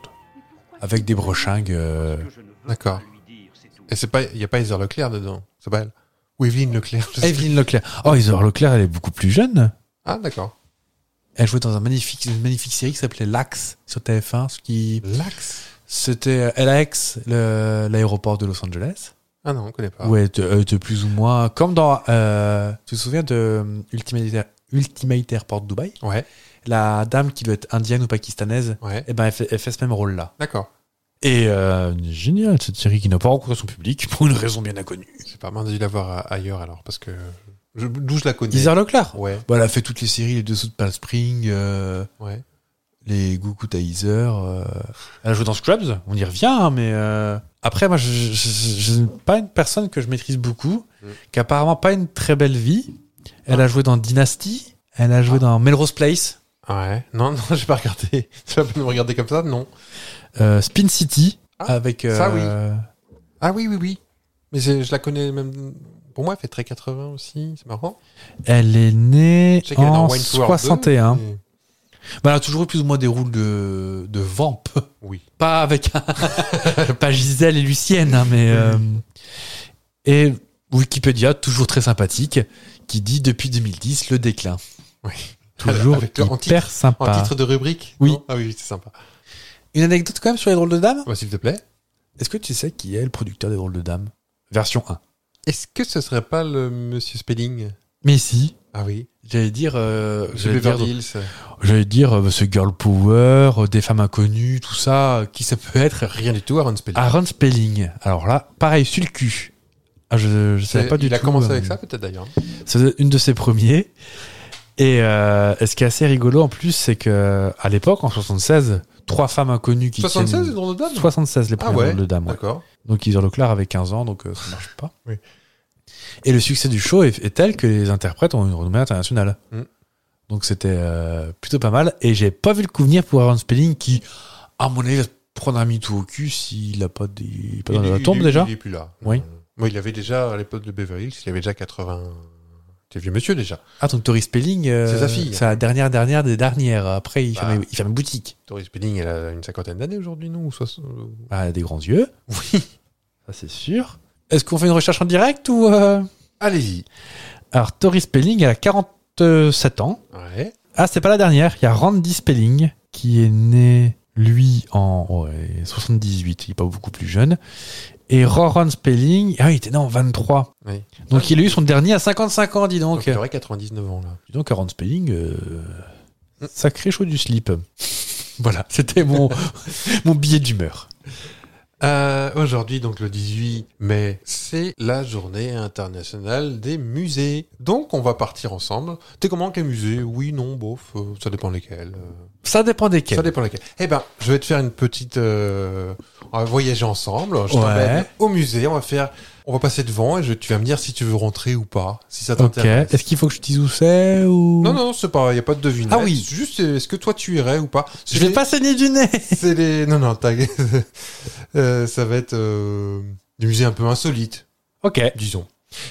Speaker 4: Avec des brochingues. euh,
Speaker 6: D'accord. Et c'est pas, il y a pas Heather Leclerc dedans. C'est pas elle. Ou Evelyne Leclerc. je sais
Speaker 4: Evelyn Leclerc. Oh, Isor Leclerc, elle est beaucoup plus jeune.
Speaker 6: pas. Ah, d'accord.
Speaker 4: Elle jouait dans un magnifique, une magnifique série qui s'appelait L'Axe sur TF1, ce qui.
Speaker 6: L'axe.
Speaker 4: C'était euh, LAX, le- l'aéroport de Los Angeles.
Speaker 6: Ah non, on connaît pas.
Speaker 4: Ouais, elle était- elle était plus ou moins. Comme dans. euh, tu te souviens de euh, Ultimate, Air- Ultimate Airport Dubaï
Speaker 6: Ouais.
Speaker 4: La dame qui doit être indienne ou pakistanaise,
Speaker 6: Ouais.
Speaker 4: eh ben, elle, fait, elle fait ce même rôle-là.
Speaker 6: D'accord.
Speaker 4: Et euh, génial, cette série qui n'a pas rencontré son public [laughs] pour une raison bien inconnue.
Speaker 6: J'ai pas mal dû la voir a- ailleurs alors parce que je- d'où je la connais.
Speaker 4: Isar Leclerc
Speaker 6: Ouais.
Speaker 4: bah, Elle a fait toutes les séries, les dessous de Palm Spring, euh,
Speaker 6: Ouais.
Speaker 4: les Goku Taser. euh, Elle a joué dans Scrubs, on y revient, hein, mais. euh, Après, moi, je je- je- je n'ai pas une personne que je maîtrise beaucoup,
Speaker 6: Mm. Ah.
Speaker 4: qui a apparemment pas une très belle vie. Elle a joué dans Dynasty, elle a joué dans Melrose Place,
Speaker 6: Ouais. Non, [laughs] non, j'ai pas regardé. Tu vas pas me regarder comme ça, non.
Speaker 4: euh, Spin City,
Speaker 6: Ah,
Speaker 4: avec.
Speaker 6: ça, oui.
Speaker 4: euh,
Speaker 6: Ah oui, oui, oui. Mais je, je la connais même. Pour moi, elle fait très 80 aussi. C'est marrant.
Speaker 4: Elle est née
Speaker 6: Je sais qu'elle est dans
Speaker 4: en
Speaker 6: Wentworth
Speaker 4: 61.
Speaker 6: 2, mais-
Speaker 4: Bah, elle a toujours eu plus ou moins des rôles de, de vamp.
Speaker 6: Oui.
Speaker 4: Pas avec un- [laughs] pas Gisèle et Lucienne, hein, mais. euh, Et Wikipédia, toujours très sympathique, qui dit depuis 2010 le déclin.
Speaker 6: Oui.
Speaker 4: Toujours
Speaker 6: Avec le-
Speaker 4: hyper
Speaker 6: en titre- En
Speaker 4: sympa.
Speaker 6: titre de rubrique
Speaker 4: Oui.
Speaker 6: non Ah oui, c'est sympa.
Speaker 4: Une anecdote quand même sur les drôles de dames
Speaker 6: Ah bah, S'il te plaît.
Speaker 4: Est-ce que tu sais qui est le producteur des drôles de dames Version 1.
Speaker 6: Est-ce que ce serait pas le monsieur Spelling
Speaker 4: Mais si.
Speaker 6: Ah oui.
Speaker 4: J'allais dire. euh,
Speaker 6: Monsieur
Speaker 4: j'allais dire-
Speaker 6: Beverly Hills.
Speaker 4: J'allais dire euh, ce girl power, euh, des femmes inconnues, tout ça, euh, qui ça peut être
Speaker 6: Rien du tout, Aaron Spelling.
Speaker 4: Aaron Spelling. Alors là, pareil, sur le cul. Ah, je je savais
Speaker 6: C'est-
Speaker 4: pas du
Speaker 6: il a
Speaker 4: tout,
Speaker 6: commencé
Speaker 4: euh,
Speaker 6: avec ça peut-être d'ailleurs.
Speaker 4: C'est une de ses premiers. Et, euh, et ce qui est assez rigolo en plus, c'est que à l'époque, en 76, trois femmes inconnues qui
Speaker 6: 76, les
Speaker 4: tiennent...
Speaker 6: drôles de dames
Speaker 4: 76 les
Speaker 6: Ah
Speaker 4: premières
Speaker 6: ouais,
Speaker 4: rôles de dames. ouais.
Speaker 6: D'accord.
Speaker 4: Donc ils ont le clair avec 15 ans, donc euh, ça marche pas.
Speaker 6: Oui.
Speaker 4: Et le succès du show est, est tel que les interprètes ont une renommée internationale.
Speaker 6: Mm.
Speaker 4: Donc c'était euh, plutôt pas mal. Et j'ai pas vu le coup venir pour Aaron Spelling qui, à mon avis, va se prendre un mytho au cul s'il a pas, des... il est pas dans
Speaker 6: Il-
Speaker 4: la
Speaker 6: il-
Speaker 4: tombe
Speaker 6: il-
Speaker 4: déjà.
Speaker 6: Il est plus là.
Speaker 4: Oui.
Speaker 6: Moi, il avait déjà, à l'époque de Beverly Hills, il avait déjà 80. T'es vieux monsieur déjà.
Speaker 4: Ah, donc Tori Spelling, euh,
Speaker 6: C'est sa fille.
Speaker 4: la dernière dernière des dernières. Après, il,
Speaker 6: Bah.
Speaker 4: ferme, il ferme boutique.
Speaker 6: Tori Spelling, elle a une cinquantaine d'années aujourd'hui, non Ou euh, soixante-
Speaker 4: Ah, elle a des grands yeux,
Speaker 6: Oui.
Speaker 4: ça c'est sûr. Est-ce qu'on fait une recherche en direct ou. euh
Speaker 6: Allez-y.
Speaker 4: Alors, Tori Spelling, elle a 47 ans.
Speaker 6: Ouais.
Speaker 4: Ah, c'est pas la dernière. Il y a Randy Spelling qui est né, lui, en ouais, 78. Il est pas beaucoup plus jeune. Et Roran Spelling, ah, il était né en 23.
Speaker 6: Oui.
Speaker 4: Donc il a eu son dernier à 55 ans, dis
Speaker 6: Donc,
Speaker 4: donc.
Speaker 6: il aurait 99 ans là.
Speaker 4: Dis donc, Roran Spelling, euh, sacré chaud du slip. [laughs] voilà, c'était mon, [laughs] mon billet d'humeur.
Speaker 6: Euh, Aujourd'hui, donc le 18 mai, c'est la journée internationale des musées. Donc, on va partir ensemble. T'es comment avec les musées Oui, non, bof, euh, ça dépend lesquels. euh,
Speaker 4: Ça dépend desquels.
Speaker 6: Ça dépend lesquels. Eh ben, je vais te faire une petite. euh, on va voyager ensemble. Je
Speaker 4: Ouais.
Speaker 6: t'emmène au musée. On va faire. On va passer devant et je, tu vas me dire si tu veux rentrer ou pas, si ça
Speaker 4: Ok.
Speaker 6: t'intéresse.
Speaker 4: Est-ce qu'il faut que je dise où c'est ou...
Speaker 6: Non, non, c'est pas. Il y a pas de devinette.
Speaker 4: Ah oui.
Speaker 6: C'est Juste, euh, est-ce que toi tu irais ou pas
Speaker 4: Je vais pas saigner du nez. [laughs]
Speaker 6: C'est les. Non, non, t'as- [laughs] Euh, ça va être euh, des musées un peu insolites,
Speaker 4: Ok.
Speaker 6: disons.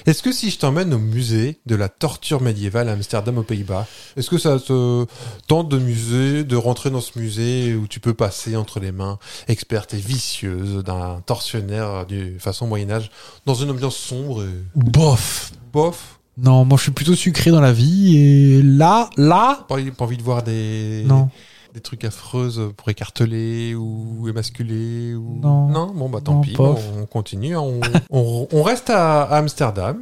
Speaker 6: Est-ce que si je t'emmène au musée de la torture médiévale à Amsterdam aux Pays-Bas, est-ce que ça te tente de musée, de rentrer dans ce musée où tu peux passer entre les mains expertes et vicieuses d'un tortionnaire de façon Moyen-Âge dans une ambiance sombre et
Speaker 4: Bof.
Speaker 6: bof
Speaker 4: Non, moi je suis plutôt sucré dans la vie et là, là.
Speaker 6: Pas, pas envie de voir des.
Speaker 4: Non.
Speaker 6: Des trucs affreux pour écarteler ou émasculer ou...
Speaker 4: Non.
Speaker 6: bon hein, bah tant
Speaker 4: Non,
Speaker 6: pis,
Speaker 4: bof.
Speaker 6: [laughs] on continue. On, on- on reste à à Amsterdam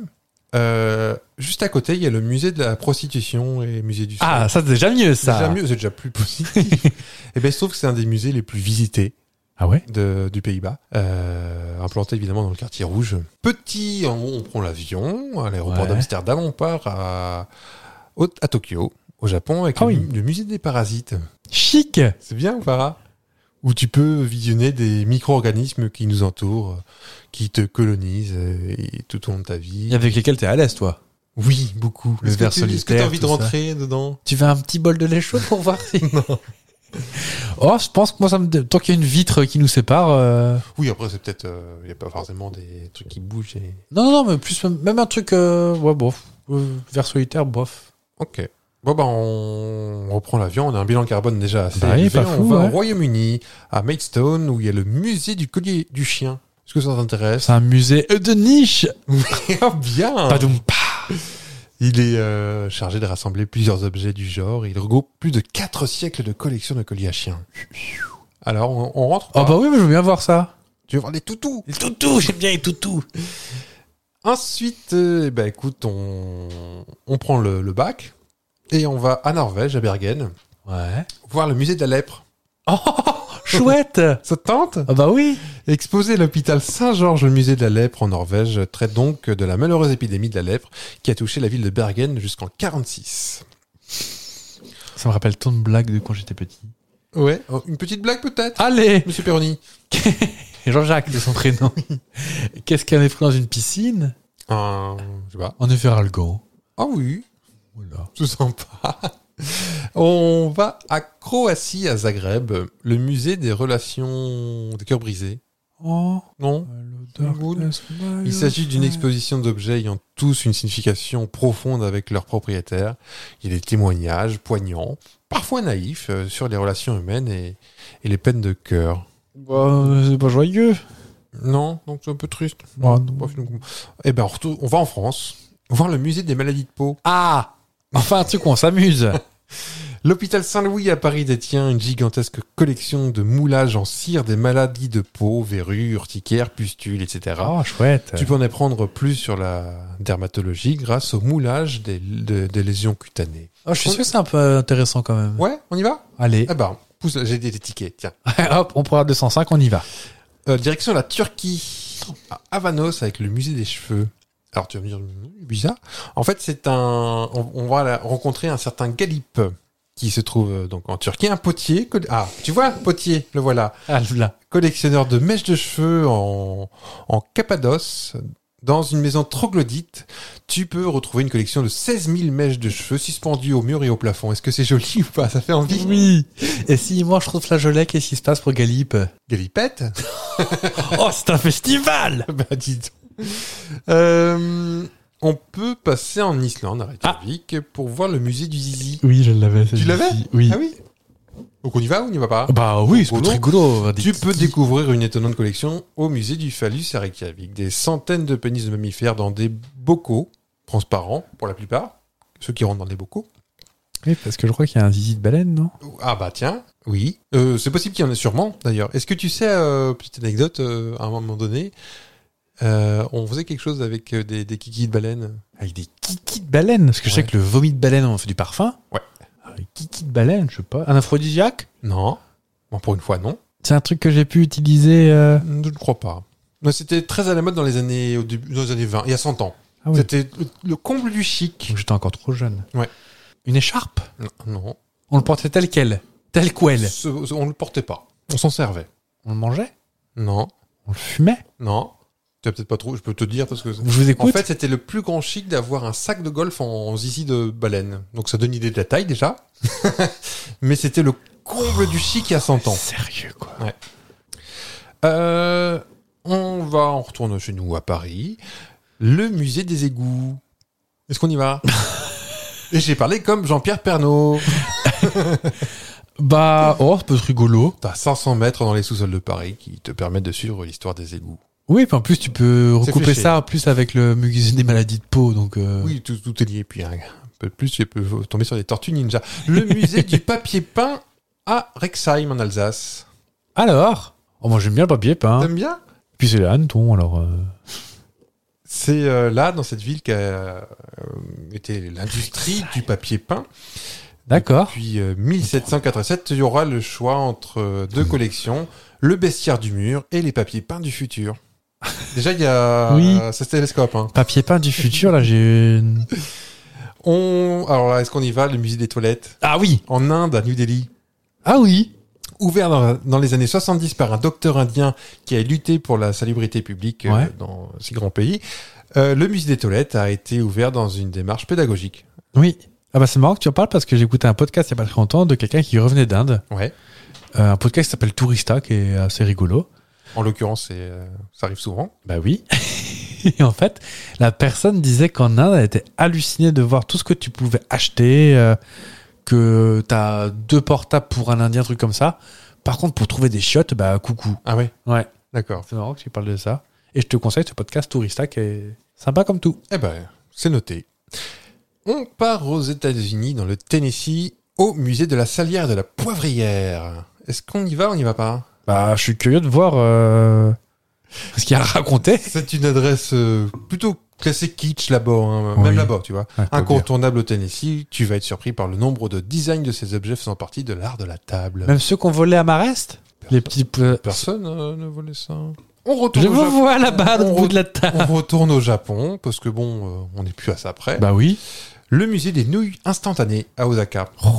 Speaker 6: euh, juste à côté, il y a le musée de la prostitution et le musée du sexe.
Speaker 4: Ah, ça, c'est déjà mieux,
Speaker 6: C'est
Speaker 4: ça.
Speaker 6: déjà mieux, c'est déjà
Speaker 4: [laughs]
Speaker 6: plus positif. et bien, il se trouve que c'est un des musées les plus visités
Speaker 4: Ah ouais
Speaker 6: de- du Pays-Bas, euh, implanté évidemment dans le quartier rouge. Petit, en haut, on prend l'avion à l'aéroport
Speaker 4: Ouais.
Speaker 6: d'Amsterdam, on part à, au- à Tokyo, au Japon, avec
Speaker 4: Ah
Speaker 6: le,
Speaker 4: oui.
Speaker 6: mu- le musée des parasites.
Speaker 4: Chic
Speaker 6: C'est bien ou pas Où tu peux visionner des micro-organismes qui nous entourent, qui te colonisent euh, et tout au long de ta vie.
Speaker 4: Avec lesquels t'es à l'aise, toi.
Speaker 6: Oui, beaucoup.
Speaker 4: Le
Speaker 6: Est-ce que
Speaker 4: ver
Speaker 6: tu- Est-ce que tu
Speaker 4: solitaire,
Speaker 6: as envie de
Speaker 4: tout ça.
Speaker 6: rentrer dedans
Speaker 4: Tu veux un petit bol de lait chaud pour voir [laughs] si... Oh, je pense que moi, ça me... dé- tant qu'il y a une vitre qui nous sépare... euh,
Speaker 6: Oui, après, c'est peut-être. euh, Il n'y a pas forcément des trucs qui bougent. Et...
Speaker 4: Non, non, mais plus même un truc, euh, ouais, bof. Euh, vers solitaire, bof.
Speaker 6: Ok. Bon, bah, on reprend l'avion. On a un bilan carbone déjà assez
Speaker 4: Bah oui,
Speaker 6: élevé.
Speaker 4: pas
Speaker 6: on
Speaker 4: fou,
Speaker 6: va au
Speaker 4: ouais.
Speaker 6: Royaume-Uni, à Maidstone, où il y a le musée du collier du chien. Est-ce que ça t'intéresse
Speaker 4: C'est un musée de niche.
Speaker 6: Ah, [laughs] bien
Speaker 4: Padoum, pa.
Speaker 6: Il est euh, chargé de rassembler plusieurs objets du genre. Il regroupe plus de 4 siècles de collections de colliers à chiens. Alors, on, on rentre
Speaker 4: Oh
Speaker 6: pas
Speaker 4: bah oui, mais je veux bien voir ça.
Speaker 6: Tu veux voir les toutous
Speaker 4: Les toutous, j'aime bien les toutous.
Speaker 6: [laughs] Ensuite, euh, eh ben, écoute, on, on prend le, le bac et on va à Norvège, à Bergen,
Speaker 4: Ouais.
Speaker 6: voir le musée de la lèpre.
Speaker 4: Oh, chouette.
Speaker 6: Ça te tente
Speaker 4: [laughs] Ah bah oui.
Speaker 6: Exposé à l'hôpital Saint-Georges, le musée de la lèpre en Norvège traite donc de la malheureuse épidémie de la lèpre qui a touché la ville de Bergen jusqu'en 46.
Speaker 4: Ça me rappelle tant de blagues de quand j'étais petit.
Speaker 6: Ouais, oh, une petite blague peut-être Ah,
Speaker 4: Allez,
Speaker 6: Monsieur Perroni
Speaker 4: Jean-Jacques de son [laughs] prénom. Qu'est-ce qu'un effet dans une piscine
Speaker 6: Un... Euh, Je sais pas.
Speaker 4: En effet algan.
Speaker 6: Ah oui,
Speaker 4: Voilà.
Speaker 6: tout sympa. On va à Croatie, à Zagreb, le musée des relations des cœurs brisés.
Speaker 4: Oh,
Speaker 6: Non Il s'agit d'une exposition d'objets ayant tous une signification profonde avec leurs propriétaires. Il y a des témoignages poignants, parfois naïfs, euh, sur les relations humaines et, et les peines de cœur.
Speaker 4: Bah, c'est pas joyeux.
Speaker 6: Non, donc c'est un peu triste.
Speaker 4: Ouais,
Speaker 6: Ouais,
Speaker 4: non.
Speaker 6: pas finalement. Eh ben, on, retourne- on va en France voir le musée des maladies de peau.
Speaker 4: Ah Enfin, un truc où on [laughs] s'amuse.
Speaker 6: L'hôpital Saint-Louis à Paris détient une gigantesque collection de moulages en cire des maladies de peau, verrues, urticaires, pustules, etc.
Speaker 4: Oh, chouette.
Speaker 6: Tu peux en apprendre plus sur la dermatologie grâce au moulage des, de- des lésions cutanées.
Speaker 4: Oh, je suis sûr que c'est un peu intéressant quand même.
Speaker 6: Ouais, on y va
Speaker 4: Allez,
Speaker 6: Eh ben, pousse, j'ai des des tickets, tiens.
Speaker 4: [laughs] hop, on prend 205, on y va.
Speaker 6: Euh, direction la Turquie, à Havanos, avec le musée des cheveux. Alors tu vas me dire, Hum, bizarre. En fait, c'est un. On, on va la- rencontrer un certain Galip, qui se trouve euh, donc en Turquie, un potier. coll- Ah, tu vois, potier, le voilà.
Speaker 4: Ah, là.
Speaker 6: collectionneur de mèches de cheveux en, en Cappadoce, dans une maison troglodyte, tu peux retrouver une collection de 16 000 mèches de cheveux suspendues au mur et au plafond. Est-ce que c'est joli [laughs] ou pas Ça fait envie.
Speaker 4: [laughs] Oui. Et si moi je trouve Flageolet, qu'est-ce qui se passe pour Galip
Speaker 6: Galipette
Speaker 4: [laughs]
Speaker 6: [laughs]
Speaker 4: Oh, c'est un festival
Speaker 6: Bah dis donc. Euh, on peut passer en Islande, à Reykjavik, pour voir le musée du zizi.
Speaker 4: Oui, je l'avais.
Speaker 6: Tu l'avais
Speaker 4: Oui.
Speaker 6: Ah oui Donc on y va ou on n'y va pas
Speaker 4: Bah oui, c'est
Speaker 6: Rigolo.
Speaker 4: très rigolo. des
Speaker 6: Tu
Speaker 4: petits-
Speaker 6: peux découvrir une étonnante collection au musée du phallus à Reykjavik. Des centaines de pénis de mammifères dans des bocaux, transparents pour la plupart, ceux qui rentrent dans des bocaux.
Speaker 4: Oui, parce que je crois qu'il y a un zizi de baleine, non
Speaker 6: Ah bah tiens, oui. Euh, c'est possible qu'il y en ait sûrement, d'ailleurs. Est-ce que tu sais, euh, petite anecdote, euh, à un moment donné, euh, on faisait quelque chose avec euh, des, des kikis de baleine
Speaker 4: Avec des kikis de baleine. Parce que je sais
Speaker 6: Ouais.
Speaker 4: que le vomi de baleine, on fait du parfum.
Speaker 6: Ouais.
Speaker 4: Ah, Les kikis de baleine, je sais pas. Un aphrodisiaque
Speaker 6: Non. Bon, pour une fois, non.
Speaker 4: C'est un truc que j'ai pu utiliser. euh,
Speaker 6: Je ne crois pas. Non, C'était très à la mode dans les années, au début, dans les années 20, il y a 100 ans.
Speaker 4: Ah oui.
Speaker 6: C'était le, le comble du chic.
Speaker 4: Donc j'étais encore trop jeune.
Speaker 6: Ouais.
Speaker 4: Une écharpe
Speaker 6: Non, non.
Speaker 4: On le portait tel quel Tel quel
Speaker 6: Ce- ce- on ne le portait pas. On s'en servait.
Speaker 4: On le mangeait
Speaker 6: Non,
Speaker 4: On le fumait
Speaker 6: non. Tu as peut-être pas trop, je peux te dire parce que.
Speaker 4: Je vous
Speaker 6: En
Speaker 4: écoute
Speaker 6: fait, c'était le plus grand chic d'avoir un sac de golf en, en zizi de baleine. Donc ça donne une idée de la taille déjà. [laughs] Mais c'était le comble du chic il y a 100 ans.
Speaker 4: Sérieux, quoi.
Speaker 6: Euh, on va, on retourne chez nous à Paris. Le musée des égouts. Est-ce qu'on y
Speaker 4: [laughs]
Speaker 6: va Et j'ai parlé comme Jean-Pierre Pernaud.
Speaker 4: Bah, oh, ça peut être rigolo.
Speaker 6: T'as 500 mètres dans les sous-sols de Paris qui te permettent de suivre l'histoire des égouts.
Speaker 4: Oui, puis en plus, tu peux
Speaker 6: C'est
Speaker 4: recouper
Speaker 6: fléché.
Speaker 4: ça en plus avec le musée des maladies de peau. Donc, euh,
Speaker 6: Oui, tout, tout est lié. Puis hein, un peu plus, tu peux tomber sur des tortues ninja. Le musée du papier peint à Rexheim en Alsace.
Speaker 4: Alors Oh, moi, j'aime bien le papier peint.
Speaker 6: T'aimes bien
Speaker 4: Puis c'est les hannetons, alors. euh,
Speaker 6: C'est euh, là, dans cette ville, qu'a euh, été l'industrie du papier peint.
Speaker 4: D'accord.
Speaker 6: Depuis euh, 1787, il y aura le choix entre euh, deux collections, le bestiaire du mur et les papiers peints du futur. Déjà, il y a
Speaker 4: Oui.
Speaker 6: euh, ce télescope. hein.
Speaker 4: Papier peint du futur, là, j'ai. une-
Speaker 6: On... Alors là, est-ce qu'on y va, le musée des toilettes
Speaker 4: Ah oui
Speaker 6: En Inde, à New Delhi.
Speaker 4: Ah oui
Speaker 6: Ouvert dans, dans les années 70 par un docteur indien qui a lutté pour la salubrité publique euh,
Speaker 4: Ouais.
Speaker 6: dans ces grands pays, euh, le musée des toilettes a été ouvert dans une démarche pédagogique.
Speaker 4: Oui. Ah bah c'est marrant que tu en parles parce que j'ai écouté un podcast il n'y a pas très longtemps de quelqu'un qui revenait d'Inde.
Speaker 6: Ouais.
Speaker 4: Euh, un podcast qui s'appelle Tourista, qui est assez rigolo.
Speaker 6: En l'occurrence, c'est, euh, ça arrive souvent.
Speaker 4: Bah oui. [laughs] Et en fait, la personne disait qu'en Inde, elle était hallucinée de voir tout ce que tu pouvais acheter, euh, que t'as deux portables pour un Indien, un truc comme ça. Par contre, pour trouver des chiottes, bah coucou.
Speaker 6: Ah ouais
Speaker 4: Ouais.
Speaker 6: D'accord.
Speaker 4: C'est marrant que tu parles de ça. Et je te conseille ce podcast Tourista qui est sympa comme tout.
Speaker 6: Eh ben, c'est noté. On part aux États-Unis, dans le Tennessee, au musée de la Salière de la Poivrière. Est-ce qu'on y va On n'y va pas
Speaker 4: Bah, je suis curieux de voir euh, ce qu'il y a à raconter.
Speaker 6: C'est une adresse euh, plutôt classée kitsch là-bas, hein,
Speaker 4: Oui.
Speaker 6: même là-bas, tu vois.
Speaker 4: Incontournable.
Speaker 6: Incontournable au Tennessee, tu vas être surpris par le nombre de designs de ces objets faisant partie de l'art de la table.
Speaker 4: Même ceux qu'on volait à Marest Les petits. euh,
Speaker 6: Personne euh, ne voulait ça. On retourne,
Speaker 4: Je
Speaker 6: au
Speaker 4: vous
Speaker 6: Japon.
Speaker 4: vois là-bas,
Speaker 6: On
Speaker 4: au bout
Speaker 6: re-
Speaker 4: de la table.
Speaker 6: on retourne au Japon, parce que bon, euh, on n'est plus à ça près.
Speaker 4: Bah oui.
Speaker 6: Le musée des nouilles instantanées à Osaka. On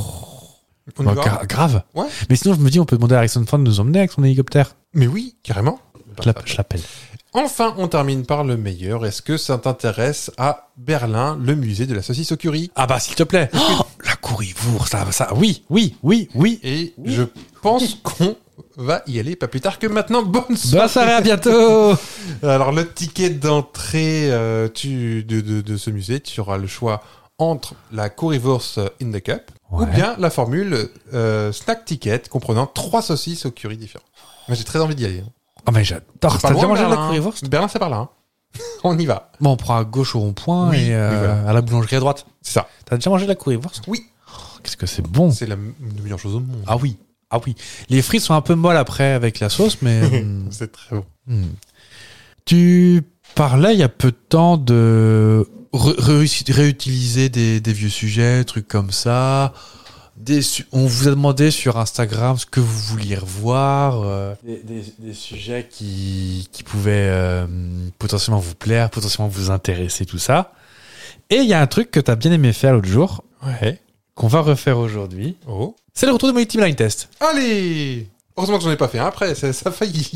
Speaker 6: y
Speaker 4: Bah,
Speaker 6: va
Speaker 4: gra- grave.
Speaker 6: Ouais.
Speaker 4: Mais sinon, je me dis, on peut demander à Harrison Ford de nous emmener avec son hélicoptère.
Speaker 6: Mais oui, carrément.
Speaker 4: Je l'app- je l'appelle.
Speaker 6: Enfin, on termine par le meilleur. Est-ce que ça t'intéresse à Berlin, le musée de la saucisse au curry
Speaker 4: Ah bah, s'il te plaît. Oh, la courrivour, ça, ça. Oui, oui, oui, oui.
Speaker 6: Et je pense qu'on va y aller pas plus tard que maintenant. Bonne soirée.
Speaker 4: Bonne soirée, à bientôt.
Speaker 6: [laughs] Alors, le ticket d'entrée euh, tu- de, de- de ce musée, tu auras le choix entre la currywurst in the cup ou
Speaker 4: Ouais.
Speaker 6: bien la formule euh, snack ticket comprenant trois saucisses au curry différents. Moi, j'ai très envie d'y aller. hein.
Speaker 4: Oh, mais j'adore.
Speaker 6: Pas
Speaker 4: T'as
Speaker 6: loin,
Speaker 4: déjà mangé de la
Speaker 6: Berlin, hein.
Speaker 4: currywurst
Speaker 6: Berlin, [laughs] c'est par là. hein. on y va.
Speaker 4: Bon, on prend à gauche au rond-point
Speaker 6: Oui,
Speaker 4: et euh,
Speaker 6: oui, voilà.
Speaker 4: à la boulangerie à droite.
Speaker 6: C'est ça.
Speaker 4: T'as déjà mangé de la currywurst
Speaker 6: Oui.
Speaker 4: Oh, Qu'est-ce que c'est bon.
Speaker 6: C'est la m- une meilleure chose au monde.
Speaker 4: Ah oui. Ah oui. Les frites sont un peu molles après avec la sauce, mais. [laughs] hum,
Speaker 6: C'est très bon.
Speaker 4: Hmm. Tu parlais il y a peu de temps de re- réussi- réutiliser des, des vieux sujets, trucs comme ça. Des su- on vous a demandé sur Instagram ce que vous vouliez revoir, euh, des, des- des sujets qui, qui pouvaient euh, potentiellement vous plaire, potentiellement vous intéresser, tout ça. Et il y a un truc que tu as bien aimé faire l'autre jour,
Speaker 6: Ouais.
Speaker 4: qu'on va refaire aujourd'hui.
Speaker 6: Oh.
Speaker 4: C'est le retour de Multi Blind Test.
Speaker 6: Allez Heureusement que j'en ai pas fait un après, ça, ça a failli.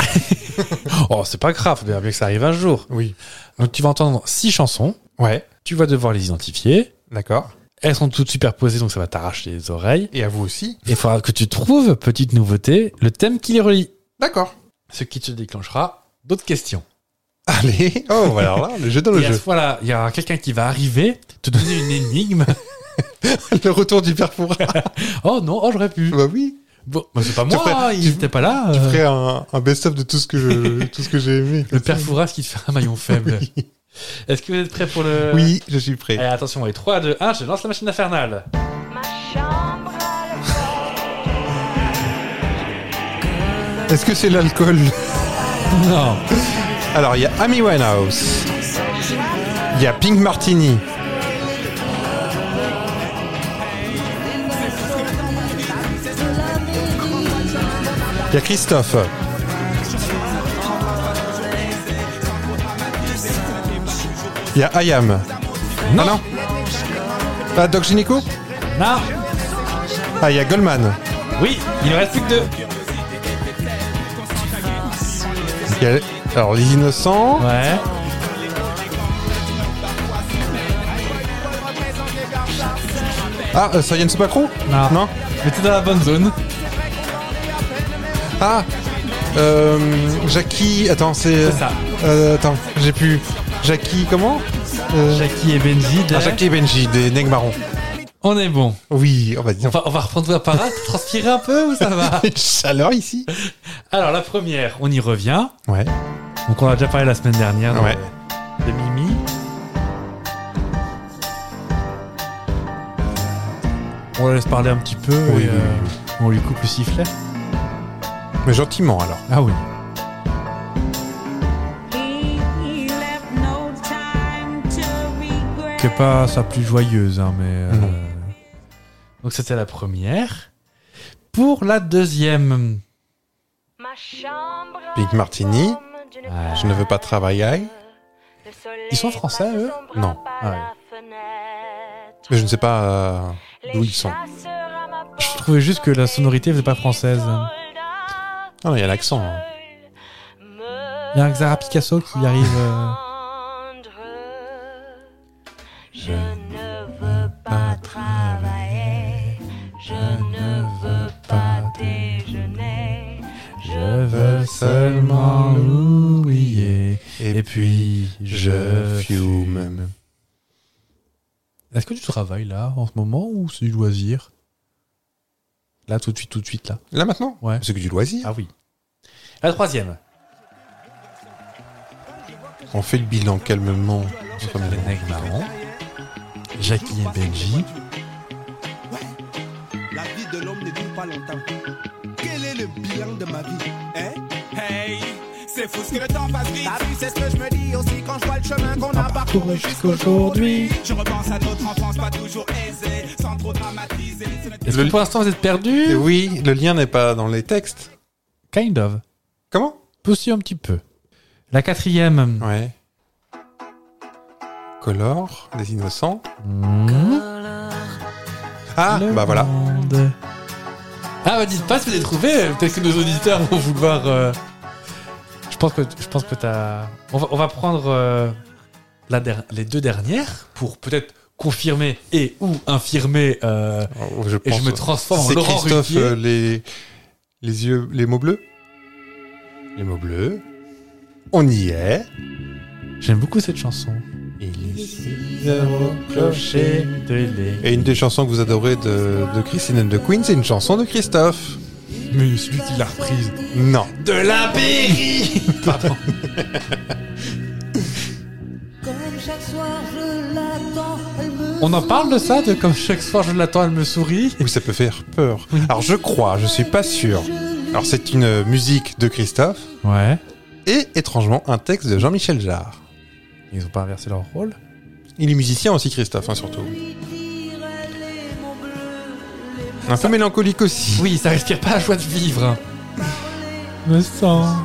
Speaker 4: Oh, c'est pas grave, bien, bien que ça arrive un jour.
Speaker 6: oui.
Speaker 4: Donc tu vas entendre six chansons.
Speaker 6: Ouais.
Speaker 4: Tu vas devoir les identifier.
Speaker 6: D'accord.
Speaker 4: Elles sont toutes superposées, donc ça va t'arracher les oreilles.
Speaker 6: Et à vous aussi.
Speaker 4: Et il faudra que tu trouves, petite nouveauté, le thème qui les relie.
Speaker 6: D'accord.
Speaker 4: Ce qui te déclenchera d'autres questions.
Speaker 6: Allez. Oh, voilà, là, le jeu dans le
Speaker 4: Et à ce
Speaker 6: jeu.
Speaker 4: moment-là, il y aura quelqu'un qui va arriver, te donner une énigme.
Speaker 6: [laughs] le retour du père Fouras.
Speaker 4: [laughs] oh non, oh j'aurais pu.
Speaker 6: bah oui.
Speaker 4: Bon, bah, c'est pas
Speaker 6: Tu
Speaker 4: moi,
Speaker 6: ferais-
Speaker 4: hein, il était pas là.
Speaker 6: Je
Speaker 4: euh,
Speaker 6: ferai un, un best-of de tout ce que je, tout ce que j'ai aimé.
Speaker 4: le père Fouras qui te fait un maillon faible.
Speaker 6: [laughs] Oui.
Speaker 4: Est-ce que vous êtes prêts pour le...
Speaker 6: Oui, je suis prêt.
Speaker 4: Allez, attention, les 3, 2, 1, je lance la machine infernale.
Speaker 6: Est-ce que c'est l'alcool
Speaker 4: Non.
Speaker 6: Alors, il y a Amy Winehouse. Il y a Pink Martini. Il y a Christophe. Il y a Ayam. Non, non. Ah, Doc Gynéco
Speaker 4: Non.
Speaker 6: Ah, il y a Goldman.
Speaker 4: Oui, il ne reste plus que deux.
Speaker 6: Il y a- alors, Les Innocents.
Speaker 4: Ouais.
Speaker 6: Ah, euh, Soyane Sopakro
Speaker 4: Non.
Speaker 6: Non
Speaker 4: Mais t'es dans la bonne zone.
Speaker 6: Ah euh, Jackie. Attends, c'est.
Speaker 4: C'est ça.
Speaker 6: Euh, attends, j'ai plus. Jackie, comment Euh,
Speaker 4: Jackie et Benji. de-
Speaker 6: ah, Jackie et Benji, des Neg marrons.
Speaker 4: On est bon.
Speaker 6: Oui, on va
Speaker 4: On
Speaker 6: dire.
Speaker 4: va, on va reprendre la parade, transpirer un peu ou ça [laughs] va
Speaker 6: [laughs] chaleur ici
Speaker 4: Alors la première, on y revient.
Speaker 6: Ouais,
Speaker 4: Donc on a déjà parlé la semaine dernière de,
Speaker 6: ouais.
Speaker 4: de Mimi. On la laisse parler un petit peu
Speaker 6: Oui,
Speaker 4: et
Speaker 6: oui,
Speaker 4: euh, on lui coupe le sifflet.
Speaker 6: Mais gentiment alors.
Speaker 4: Ah oui.
Speaker 10: He left no time.
Speaker 4: qui est pas sa plus joyeuse, hein, mais. euh,
Speaker 6: Non.
Speaker 4: Donc c'était la première. Pour la deuxième,
Speaker 6: Big Martini.
Speaker 4: Ah.
Speaker 6: Je ne veux pas travailler.
Speaker 4: Ils sont français, eux
Speaker 6: Non.
Speaker 4: Ah
Speaker 6: Mais je ne sais pas euh, d'où ils sont.
Speaker 4: je trouvais juste que la sonorité faisait pas française.
Speaker 6: Ah non, il y a l'accent. hein.
Speaker 4: Il y a un Xara Picasso qui arrive. euh,
Speaker 6: Je ne veux pas travailler. Je ne veux pas déjeuner.
Speaker 4: Je veux seulement l'oublier. Et puis, je fume. Est-ce que tu travailles là, en ce moment, ou c'est du loisir Là, tout de suite, tout de suite, là.
Speaker 6: Là maintenant
Speaker 4: Ouais.
Speaker 6: C'est que du loisir.
Speaker 4: Ah oui. La troisième. Ah.
Speaker 6: On fait le bilan calmement. Comme
Speaker 4: Les nègres marrons. Jackie et Benji.
Speaker 10: La vie de l'homme ne dure pas longtemps. Quel est le bilan de ma vie Hein Hey c'est fou ce que le temps passe vite. La vie, c'est ce que je me dis aussi quand je vois le chemin qu'on a parcouru jusqu'aujourd'hui. Je repense à notre enfance, pas toujours aisée, sans trop dramatiser. Ce n'était
Speaker 4: Est-ce que pour l'instant, vous êtes
Speaker 6: Et
Speaker 4: perdus
Speaker 6: oui, le lien n'est pas dans les textes.
Speaker 4: Kind of.
Speaker 6: Comment
Speaker 4: Poussez un petit peu. La quatrième.
Speaker 6: Ouais. Color, les innocents.
Speaker 4: Mmh.
Speaker 6: Ah,
Speaker 4: Le
Speaker 6: bah voilà.
Speaker 4: monde. Ah bah dites pas si vous avez trouvé, peut-être que nos auditeurs vont vouloir... euh, Je pense que je pense que t'as... On va, on va prendre euh, la der- les deux dernières pour peut-être confirmer et ou infirmer... euh,
Speaker 6: Oh, Je
Speaker 4: et
Speaker 6: pense-
Speaker 4: je me transforme en
Speaker 6: C'est
Speaker 4: Laurent
Speaker 6: Christophe,
Speaker 4: Ruquier.
Speaker 6: euh, les, les yeux, les mots bleus. Les mots bleus. On y est.
Speaker 4: J'aime beaucoup cette chanson.
Speaker 6: Il est six
Speaker 4: de lait.
Speaker 6: Et une des chansons que vous adorez de, de Christine and the Queen, c'est une chanson de Christophe.
Speaker 4: Mais celui qui l'a reprise.
Speaker 6: Non.
Speaker 4: De la
Speaker 6: [laughs]
Speaker 4: Berry Pardon. On en parle de ça, de comme chaque soir je l'attends, elle me sourit.
Speaker 6: Oui, ça peut faire peur. Alors je crois, je suis pas sûr. Alors c'est une euh, musique de Christophe
Speaker 4: Ouais.
Speaker 6: et étrangement un texte de Jean-Michel Jarre.
Speaker 4: Ils ont pas inversé leur rôle.
Speaker 6: Il est musicien aussi Christophe, hein, surtout. Un peu mélancolique aussi.
Speaker 4: Oui, ça respire pas la joie de vivre. hein. Me sens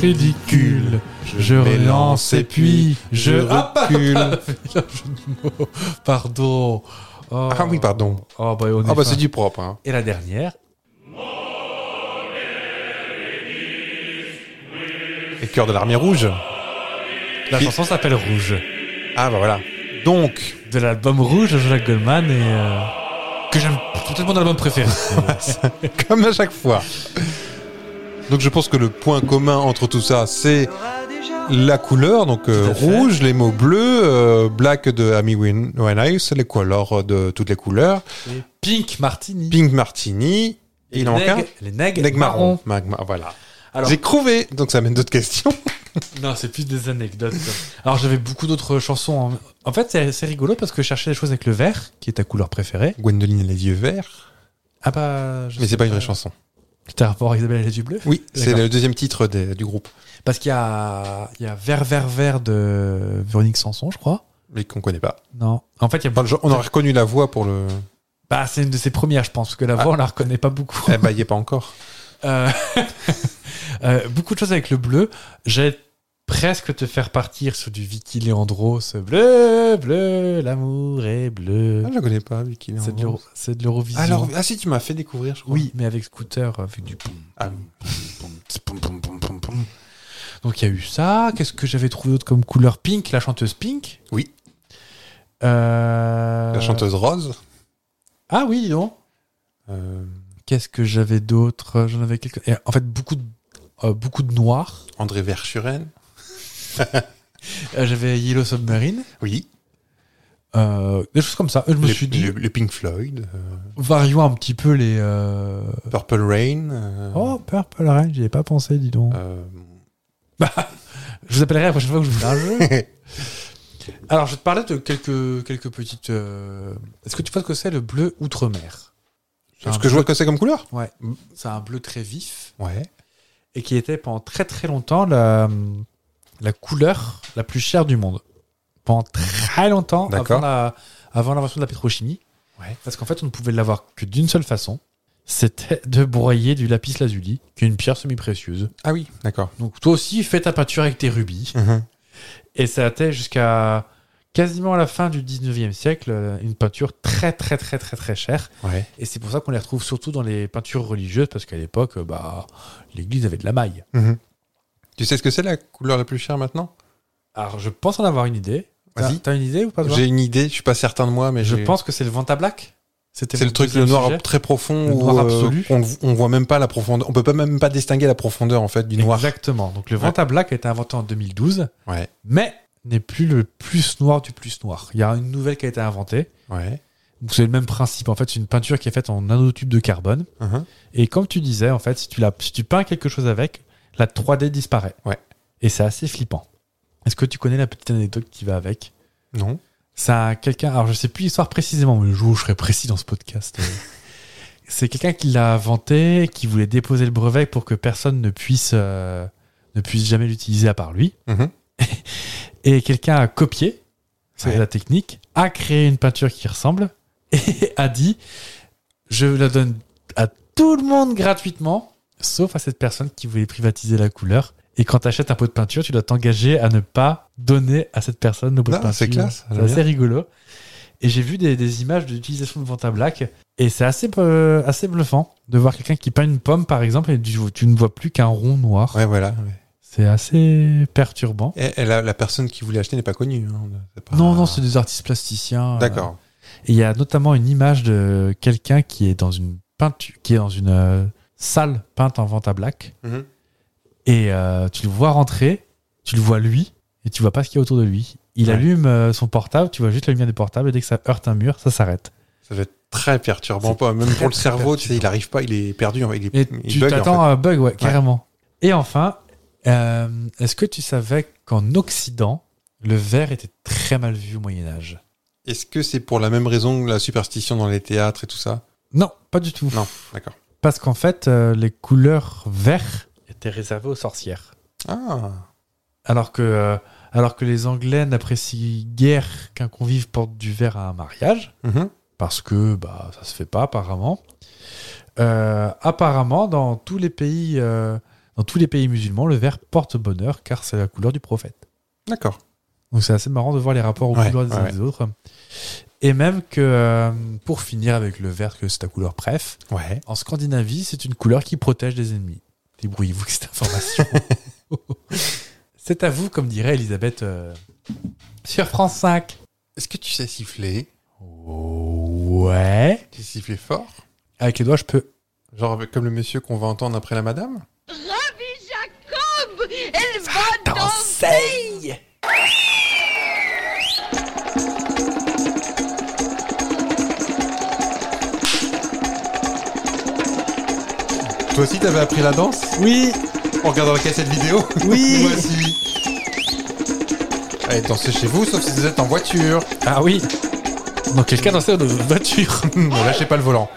Speaker 4: ridicule. Je relance et puis je. Hop
Speaker 6: recule.
Speaker 4: [laughs] Il y a un jeu de mots. Pardon. Oh.
Speaker 6: Ah oui, pardon.
Speaker 4: Oh, bah, on est
Speaker 6: Ah bah
Speaker 4: fin.
Speaker 6: c'est du propre. Hein.
Speaker 4: Et la dernière.
Speaker 6: Et cœur de l'armée rouge.
Speaker 4: La
Speaker 6: Qui-
Speaker 4: chanson s'appelle Rouge.
Speaker 6: Ah bah voilà. Donc,
Speaker 4: de l'album Rouge de Jacques Goldman et euh, que j'aime c'est peut-être mon album
Speaker 6: [laughs]
Speaker 4: préféré.
Speaker 6: comme à chaque fois. Donc je pense que le point commun entre tout ça, c'est la couleur, donc euh,
Speaker 4: Tout à fait.
Speaker 6: rouge, les mots bleus, euh, black de Amy Win- Winehouse, les couleurs de toutes les couleurs,
Speaker 4: Pink Martini.
Speaker 6: pink martini, et il en
Speaker 4: Neg-
Speaker 6: manque un
Speaker 4: Les nègres
Speaker 6: Neg marron.
Speaker 4: marron.
Speaker 6: Magma, voilà.
Speaker 4: Alors-
Speaker 6: J'ai trouvé, donc ça amène d'autres questions.
Speaker 4: Non, c'est plus des anecdotes. ça. Alors j'avais beaucoup d'autres chansons. En, en fait, c'est c'est rigolo parce que je cherchais des choses avec le vert, qui est ta couleur préférée.
Speaker 6: [laughs] Gwendoline a les yeux verts,
Speaker 4: Ah bah. je
Speaker 6: mais
Speaker 4: sais
Speaker 6: c'est pas une vraie chanson.
Speaker 4: T'as un rapport à Isabelle et les yeux bleus
Speaker 6: Oui, c'est
Speaker 4: D'accord.
Speaker 6: le deuxième titre des- du groupe,
Speaker 4: Parce qu'il y a, il y a Vert, Vert, Vert de Véronique Sanson, je crois.
Speaker 6: mais qu'on connaît pas.
Speaker 4: Non. En fait, il y a.
Speaker 6: Enfin, je- on aurait reconnu la voix pour le.
Speaker 4: Bah, c'est une de ses premières, je pense, parce que
Speaker 6: Ah.
Speaker 4: la voix, on la reconnaît pas beaucoup.
Speaker 6: Eh bah, y est pas encore.
Speaker 4: Euh, [laughs] euh, beaucoup de choses avec le bleu. J'allais presque te faire partir sur du Vicky Leandro, ce bleu, bleu, l'amour est bleu.
Speaker 6: Ah, je la connais pas, Vicky.
Speaker 4: C'est de
Speaker 6: Leandro.
Speaker 4: l'Euro- c'est de l'Eurovision.
Speaker 6: Alors, ah si, tu m'as fait découvrir, je crois.
Speaker 4: oui, mais avec scooter, euh, avec du poum,
Speaker 6: Ah.
Speaker 4: poum, tss, poum, poum, poum, poum, poum. Donc il y a eu ça. Qu'est-ce que j'avais trouvé d'autre comme couleur pink La chanteuse pink.
Speaker 6: Oui.
Speaker 4: Euh,
Speaker 6: La chanteuse Rose.
Speaker 4: Ah oui, non.
Speaker 6: Euh,
Speaker 4: Qu'est-ce que j'avais d'autre J'en avais quelques. Et en fait, beaucoup de, euh, beaucoup de noir.
Speaker 6: André Verschuren.
Speaker 4: Euh, j'avais Yellow Submarine.
Speaker 6: Oui.
Speaker 4: Euh, des choses comme ça. Je me
Speaker 6: les,
Speaker 4: suis dit,
Speaker 6: les- les Pink Floyd. euh,
Speaker 4: varions un petit peu les. euh,
Speaker 6: Purple Rain. euh,
Speaker 4: Oh, Purple Rain, j'y ai pas pensé, dis donc.
Speaker 6: euh,
Speaker 4: Ah. Je vous appellerai la prochaine fois que je vous fais un
Speaker 6: [laughs]
Speaker 4: jeu. Alors, je vais te parlais de quelques, quelques petites. euh, Est-ce que tu vois ce que c'est le bleu outre-mer C'est
Speaker 6: Parce
Speaker 4: un
Speaker 6: que je vois que c'est comme couleur.
Speaker 4: bleu- Ouais, c'est un bleu très vif
Speaker 6: Ouais.
Speaker 4: et qui était pendant très très longtemps la, la couleur la plus chère du monde. pendant très longtemps avant
Speaker 6: D'accord.
Speaker 4: la- avant l'invention de la pétrochimie. Parce qu'en fait, on ne pouvait l'avoir que d'une seule façon. C'était de broyer du lapis lazuli, qui est une pierre semi-précieuse.
Speaker 6: Ah oui, d'accord. Mhm.
Speaker 4: Donc toi aussi, fais ta peinture avec tes rubis. Et ça a été jusqu'à quasiment la fin du 19e siècle, euh, une peinture très très très très très chère.
Speaker 6: Ouais.
Speaker 4: Et c'est pour ça qu'on les retrouve surtout dans les peintures religieuses, parce qu'à l'époque, euh, bah, l'église avait de la maille.
Speaker 6: Tu sais ce que c'est la couleur la plus chère maintenant
Speaker 4: Alors je pense en avoir une idée. T'as-
Speaker 6: Vas-y.
Speaker 4: T'as une idée ou pas Edouard
Speaker 6: J'ai une idée, je suis pas certain de moi, mais
Speaker 4: Je
Speaker 6: j'ai-
Speaker 4: pense que c'est le Vanta Black. C'était
Speaker 6: C'est le truc, le
Speaker 4: deuxième
Speaker 6: noir
Speaker 4: sujet.
Speaker 6: très profond,
Speaker 4: Le
Speaker 6: où,
Speaker 4: noir
Speaker 6: euh,
Speaker 4: absolu.
Speaker 6: on, le- on voit même pas la profondeur, on peut pas même pas distinguer la profondeur en fait du noir.
Speaker 4: Exactement. Donc le Vanta Black a été inventé en 2012,
Speaker 6: Ouais,
Speaker 4: mais n'est plus le plus noir du plus noir. Il y a une nouvelle qui a été inventée.
Speaker 6: ouais.
Speaker 4: Donc, C'est le même principe. En fait, c'est une peinture qui est faite en nanotubes de carbone.
Speaker 6: Mhm.
Speaker 4: Et comme tu disais, en fait, si tu, la- si tu peins quelque chose avec, la 3D disparaît.
Speaker 6: Ouais.
Speaker 4: Et c'est assez flippant. Est-ce que tu connais la petite anecdote qui va avec
Speaker 6: Non.
Speaker 4: Ça, quelqu'un. Alors, je sais plus l'histoire précisément, mais le jour où je serai précis dans ce podcast. euh, c'est quelqu'un qui l'a inventé, qui voulait déposer le brevet pour que personne ne puisse, euh, ne puisse jamais l'utiliser à part lui.
Speaker 6: Mhm.
Speaker 4: [laughs] Et quelqu'un a copié c'est
Speaker 6: Ouais.
Speaker 4: la technique, a créé une peinture qui ressemble [laughs] et a dit Je la donne à tout le monde gratuitement, sauf à cette personne qui voulait privatiser la couleur. Et quand tu achètes un pot de peinture, tu dois t'engager à ne pas donner à cette personne le pot de
Speaker 6: Ah,
Speaker 4: peinture.
Speaker 6: c'est classe,
Speaker 4: C'est
Speaker 6: j'aime
Speaker 4: assez
Speaker 6: bien.
Speaker 4: rigolo. Et j'ai vu des, des images de l'utilisation de Vanta Black. Et c'est assez, peu- assez bluffant de voir quelqu'un qui peint une pomme, par exemple, et tu, tu ne vois plus qu'un rond noir.
Speaker 6: Ouais, voilà. ouais.
Speaker 4: C'est assez perturbant.
Speaker 6: Et, et Eh, la, la personne qui voulait acheter n'est pas connue. hein, c'est pas-
Speaker 4: Non, non, c'est des artistes plasticiens. euh,
Speaker 6: D'accord.
Speaker 4: Et il y a notamment une image de quelqu'un qui est dans une peinture, qui est dans une euh, salle peinte en vente à black.
Speaker 6: Mhm.
Speaker 4: Et euh, tu le vois rentrer, tu le vois lui, et tu vois pas ce qu'il y a autour de lui. Il
Speaker 6: Ouais.
Speaker 4: allume euh, son portable, tu vois juste la lumière du portable, et dès que ça heurte un mur, ça s'arrête.
Speaker 6: Ça va être très perturbant,
Speaker 4: C'est
Speaker 6: pas même
Speaker 4: très,
Speaker 6: pour le
Speaker 4: très
Speaker 6: cerveau. Oh, Tu sais, il
Speaker 4: perturbant.
Speaker 6: arrive pas, il est perdu, en fait, il est,
Speaker 4: Et
Speaker 6: il
Speaker 4: tu
Speaker 6: bug, en
Speaker 4: t'attends
Speaker 6: fait.
Speaker 4: à un bug, ouais, carrément. Et enfin, euh, est-ce que tu savais qu'en Occident, le verre était très mal vu au Moyen-Âge
Speaker 6: Est-ce que c'est pour la même raison que la superstition dans les théâtres et tout ça
Speaker 4: Non, pas du tout.
Speaker 6: Non, d'accord.
Speaker 4: Parce qu'en fait, euh, les couleurs vertes étaient réservées aux sorcières.
Speaker 6: Ah,
Speaker 4: Alors que, euh, alors que les Anglais n'apprécient guère qu'un convive porte du verre à un mariage,
Speaker 6: Mhm.
Speaker 4: parce que bah, ça se fait pas apparemment. Euh, apparemment, dans tous, les pays, euh, dans tous les pays musulmans, le verre porte bonheur, car c'est la couleur du prophète.
Speaker 6: d'accord.
Speaker 4: Donc c'est assez marrant de voir les rapports aux
Speaker 6: Ouais,
Speaker 4: couleurs des uns
Speaker 6: ouais.
Speaker 4: des autres. Et même que, euh, pour finir avec le vert, que c'est ta couleur préf,
Speaker 6: Ouais.
Speaker 4: en Scandinavie, c'est une couleur qui protège des ennemis. Débrouillez-vous avec cette information.
Speaker 6: [laughs]
Speaker 4: c'est à vous, comme dirait Elisabeth euh, sur France 5.
Speaker 6: Est-ce que tu sais siffler
Speaker 4: Ouais.
Speaker 6: Tu sais siffler fort
Speaker 4: Avec les doigts, je peux.
Speaker 6: Genre avec- comme le monsieur qu'on va entendre après la madame Toi aussi, t'avais appris la danse
Speaker 4: Oui,
Speaker 6: En regardant la cassette vidéo
Speaker 4: oui.
Speaker 6: [laughs] Moi aussi Allez, dansez chez vous, sauf si vous êtes en voiture [laughs]
Speaker 4: ah oui. Dans quelqu'un dans cette voiture.
Speaker 6: Ne lâchez pas le volant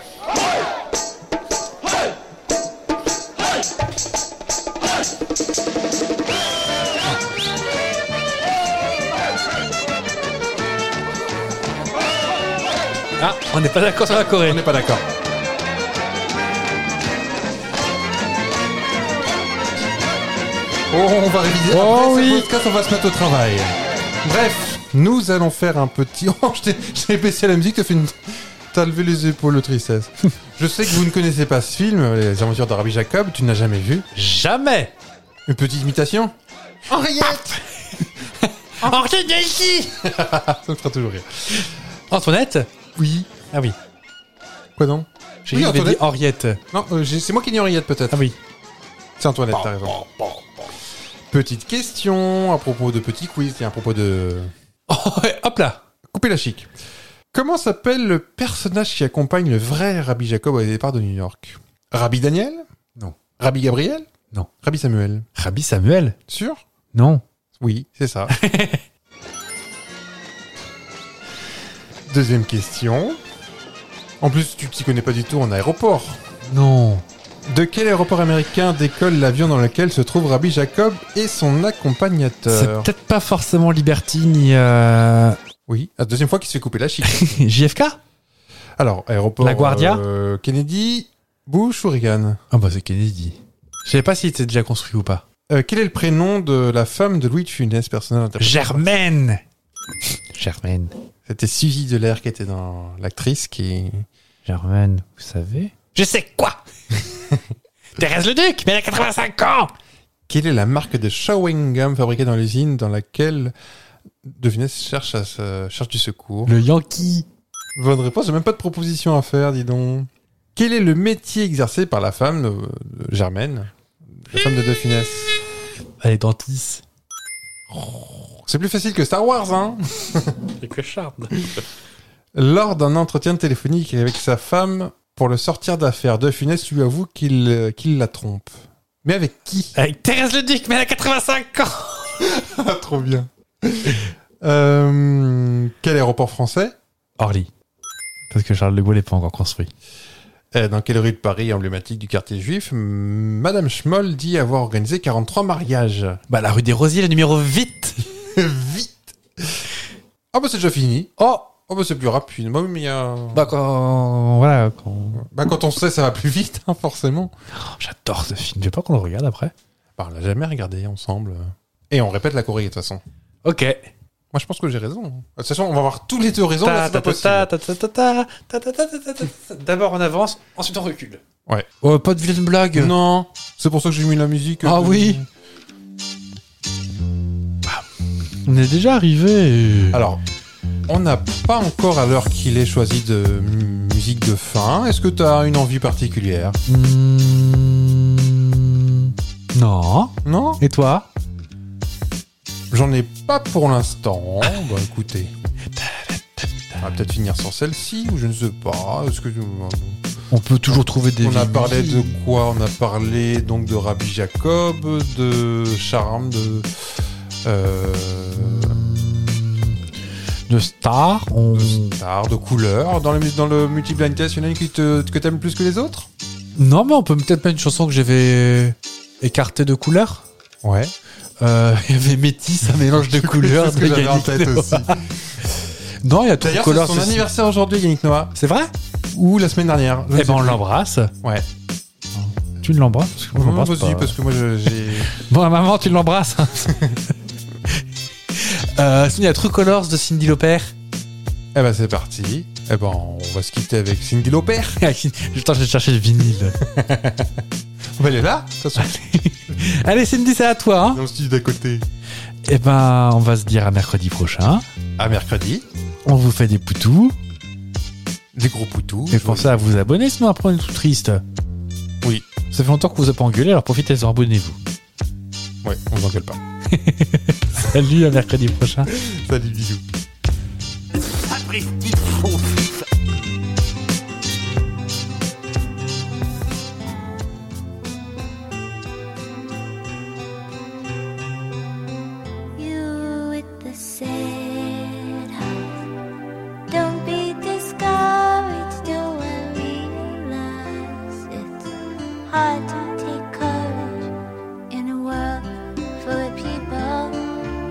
Speaker 4: Ah, on n'est pas d'accord sur la Corée.
Speaker 6: On n'est pas d'accord. Oh, on va réviser.
Speaker 4: Oh
Speaker 6: Après ce
Speaker 4: oui.
Speaker 6: podcast, on va se mettre au travail. Bref, nous allons faire un petit. [laughs] Oh, je t'ai- je t'ai baissé la musique, t'as fait une. T'as levé les épaules
Speaker 4: [laughs]
Speaker 6: de tristesse. je sais que vous ne connaissez pas ce film, Les Aventures d'Arabie Jacob, tu n'as jamais vu.
Speaker 4: Jamais.
Speaker 6: Une petite imitation Henriette
Speaker 4: [laughs] Henriette Delcy.
Speaker 6: [laughs] Ça me fera toujours rire.
Speaker 4: Antoinette.
Speaker 6: Oui.
Speaker 4: Ah oui.
Speaker 6: Quoi non
Speaker 4: J'ai
Speaker 6: Oui,
Speaker 4: dit
Speaker 6: Antoinette.
Speaker 4: Henriette.
Speaker 6: Non, euh, j'ai- c'est moi qui dis Henriette peut-être.
Speaker 4: Ah oui.
Speaker 6: C'est Antoinette, t'as raison. Petite question à propos de petit quiz et à propos de. Oh,
Speaker 4: hop là.
Speaker 6: Couper la chic. Comment s'appelle le personnage qui accompagne le vrai Rabbi Jacob au départ de New York Rabbi Daniel
Speaker 4: Non.
Speaker 6: Rabbi Gabriel
Speaker 4: Non.
Speaker 6: Rabbi Samuel
Speaker 4: Rabbi Samuel.
Speaker 6: Sûr
Speaker 4: Non.
Speaker 6: Oui, c'est ça. Deuxième question. En plus, tu t'y connais pas du tout en aéroport.
Speaker 4: Non.
Speaker 8: De quel aéroport américain décolle l'avion dans lequel se trouve Rabbi Jacob et son
Speaker 4: C'est
Speaker 6: Euh.
Speaker 8: accompagnateur
Speaker 4: peut-être pas forcément Liberty ni euh, [laughs]
Speaker 8: Oui, la deuxième fois qu'il se fait couper la chic.
Speaker 4: JFK
Speaker 8: Alors, aéroport
Speaker 4: La Guardia
Speaker 8: euh, Kennedy, Bush ou Reagan
Speaker 4: Ah bah c'est Kennedy. Je sais pas s'il était déjà construit ou pas.
Speaker 8: Euh, Quel est le prénom de la femme de Louis de Funès, personnage interprété
Speaker 4: Germaine Germaine.
Speaker 8: C'était Suzy Delair qui était dans l'actrice qui...
Speaker 4: Germaine, vous savez Je sais [laughs] quoi Thérèse Le Duc, mais elle a 85 ans
Speaker 8: Quelle est la marque de showing gum fabriquée dans l'usine dans laquelle De Funès cherche, à se- cherche du secours
Speaker 4: Le Yankee
Speaker 8: Bonne réponse, j'ai même pas de proposition à faire, dis donc. Quel est le métier exercé par la femme de, de Germaine, la femme de De Funès
Speaker 4: Elle est dentiste.
Speaker 8: C'est plus facile que Star Wars, hein
Speaker 4: C'est que Charles.
Speaker 8: Lors d'un entretien téléphonique avec sa femme, pour le sortir d'affaire, De Funès lui avoue qu'il euh, qu'il la trompe. Mais avec qui
Speaker 4: Avec Euh, Thérèse Le Duc, mais elle a 85 ans
Speaker 8: Ah, Trop bien. Euh, quel aéroport français
Speaker 4: Orly. Parce que Charles de Gaulle n'est pas encore construit.
Speaker 8: Euh, Dans quelle rue de Paris, emblématique du quartier juif, Madame Schmoll dit avoir organisé 43 mariages
Speaker 4: Bah la rue des Rosiers, le numéro 8
Speaker 8: [laughs] Vite Ah bah c'est déjà fini. Oh Oh bah c'est plus rapide. Bah oui, mais il y a-
Speaker 4: Bah quand... Voilà, quand...
Speaker 8: Bah, quand on sait, ça va plus vite, hein, forcément.
Speaker 4: Oh, J'adore ce film, je veux pas qu'on le regarde après.
Speaker 8: Bah, on l'a jamais regardé ensemble. Et on répète la Corée, de toute façon.
Speaker 4: Ok.
Speaker 8: Moi, je pense que j'ai raison. De toute façon, on va avoir tous les deux raison. là, c'est pas possible.
Speaker 4: D'abord on avance, ensuite on recule.
Speaker 8: Ouais.
Speaker 4: Oh, pas de vilaine blague
Speaker 8: Non, c'est pour ça que j'ai mis la musique. euh,
Speaker 4: Ah
Speaker 8: de-
Speaker 4: oui. On est déjà arrivé
Speaker 8: Alors, on n'a pas encore à l'heure qu'il est choisi de mu- musique de fin. Est-ce que tu as une envie particulière
Speaker 4: Hmm, Non.
Speaker 8: Non
Speaker 4: Et toi
Speaker 8: J'en ai pas pour l'instant. bah écoutez. On va peut-être finir sur celle-ci, ou je ne sais pas. Est-ce que...
Speaker 4: On peut toujours trouver des
Speaker 8: On a
Speaker 4: vinyles.
Speaker 8: parlé de quoi On a parlé donc de Rabbi Jacob, de Charme, de... euh,
Speaker 4: de stars. On...
Speaker 8: de star, de couleur. Dans le, mu- dans le multi-blind test, il y en a une qui te, que t'aimes plus que les autres
Speaker 4: Non, mais on peut peut-être mettre une chanson que j'avais écartée de couleur.
Speaker 8: Ouais.
Speaker 4: Euh, [laughs] Il y avait métis, un mélange de couleurs.
Speaker 8: [laughs] C'est ce que
Speaker 4: de
Speaker 8: j'avais en
Speaker 4: Yannick
Speaker 8: tête
Speaker 4: Noah.
Speaker 8: aussi.
Speaker 4: Non, il y a trop de
Speaker 8: D'ailleurs, c'est
Speaker 4: couleurs.
Speaker 8: son anniversaire aujourd'hui, Yannick Noah.
Speaker 4: C'est vrai
Speaker 8: [laughs] Ou la semaine dernière. je ne
Speaker 4: Eh
Speaker 8: sais
Speaker 4: ben, on
Speaker 8: plus.
Speaker 4: l'embrasse.
Speaker 8: Ouais.
Speaker 4: Tu ne l'embrasses parce que moi, je
Speaker 8: Moi
Speaker 4: l'embrasse
Speaker 8: aussi,
Speaker 4: pas.
Speaker 8: parce que moi, je- j'ai...
Speaker 4: Bon, maman, tu
Speaker 8: [laughs]
Speaker 4: l'embrasses. euh, sinon, il y a True Colors de Cindy Lauper. [laughs]
Speaker 8: eh ben, c'est parti. Eh ben, on va se quitter avec Cindy Lauper.
Speaker 4: Attends, je vais chercher le vinyle.
Speaker 8: Bah, elle est là, de toute façon.
Speaker 4: Allez, Cindy, c'est à toi. Hein
Speaker 8: Dans le studio d'à côté.
Speaker 4: eh ben, on va se dire à mercredi prochain.
Speaker 8: À mercredi.
Speaker 4: On vous fait des poutous.
Speaker 8: Des gros poutous.
Speaker 4: Et pensez à vous abonner, sinon après on est tout triste.
Speaker 8: Oui.
Speaker 4: Ça fait longtemps que vous n'avez pas engueulé, alors profitez-en, abonnez-vous.
Speaker 8: Ouais, on vous engueule pas.
Speaker 4: [laughs] Salut, à mercredi prochain.
Speaker 8: Salut, bisous.
Speaker 9: Sapristi faux fils.
Speaker 1: You with the sad heart. Don't be discouraged, do I realize it's hard to take courage in a world full of people?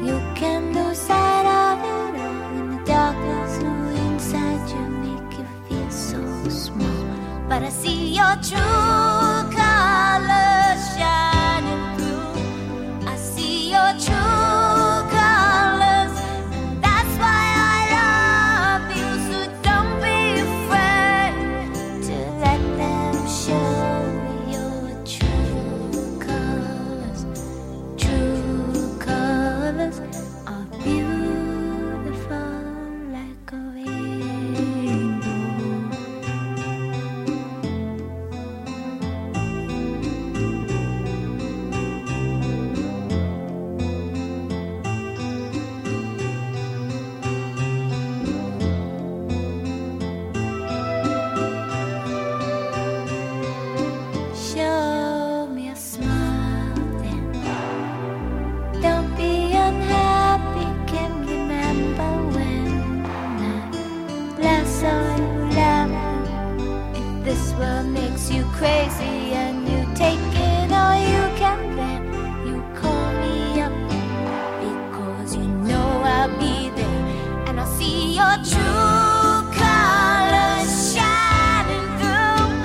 Speaker 1: You can lose sight of it all in the darkness who inside you make you feel so small. But I see your true colors shining through. I see your true colors. That's why I love you. So don't be afraid to let them show your true colors. True colors are beautiful like a rainbow.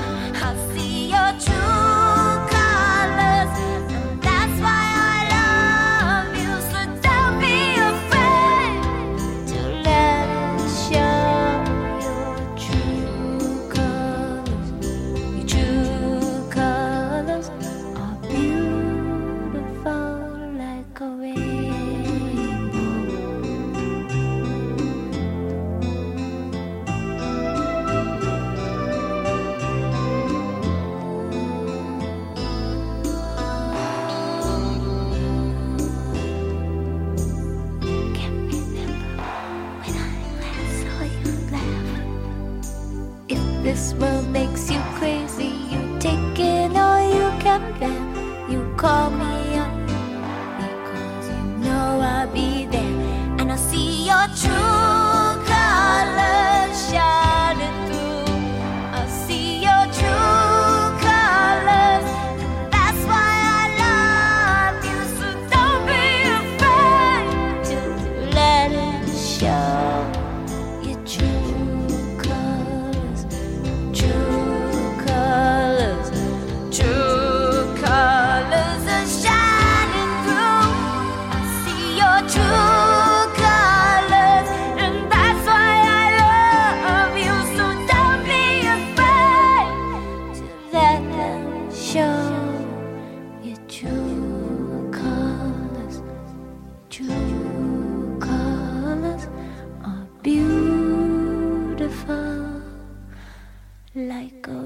Speaker 1: your true colors, and that's why I love you. So don't be afraid to let us show your true colors. Your true colors are beautiful like a rainbow. Can't remember when I last saw you laugh. If this world makes you crazy, you take it or you can bear. You call me up because you know I'll be there, and I'll see your true colors shining through. I'll see your true colors. That's why I love you. So don't be afraid to let it show your true colors. True colors. True colors are shining through. I see your true colors, and that's why I love you. So don't be afraid to let them show your true colors. True colors are beautiful like a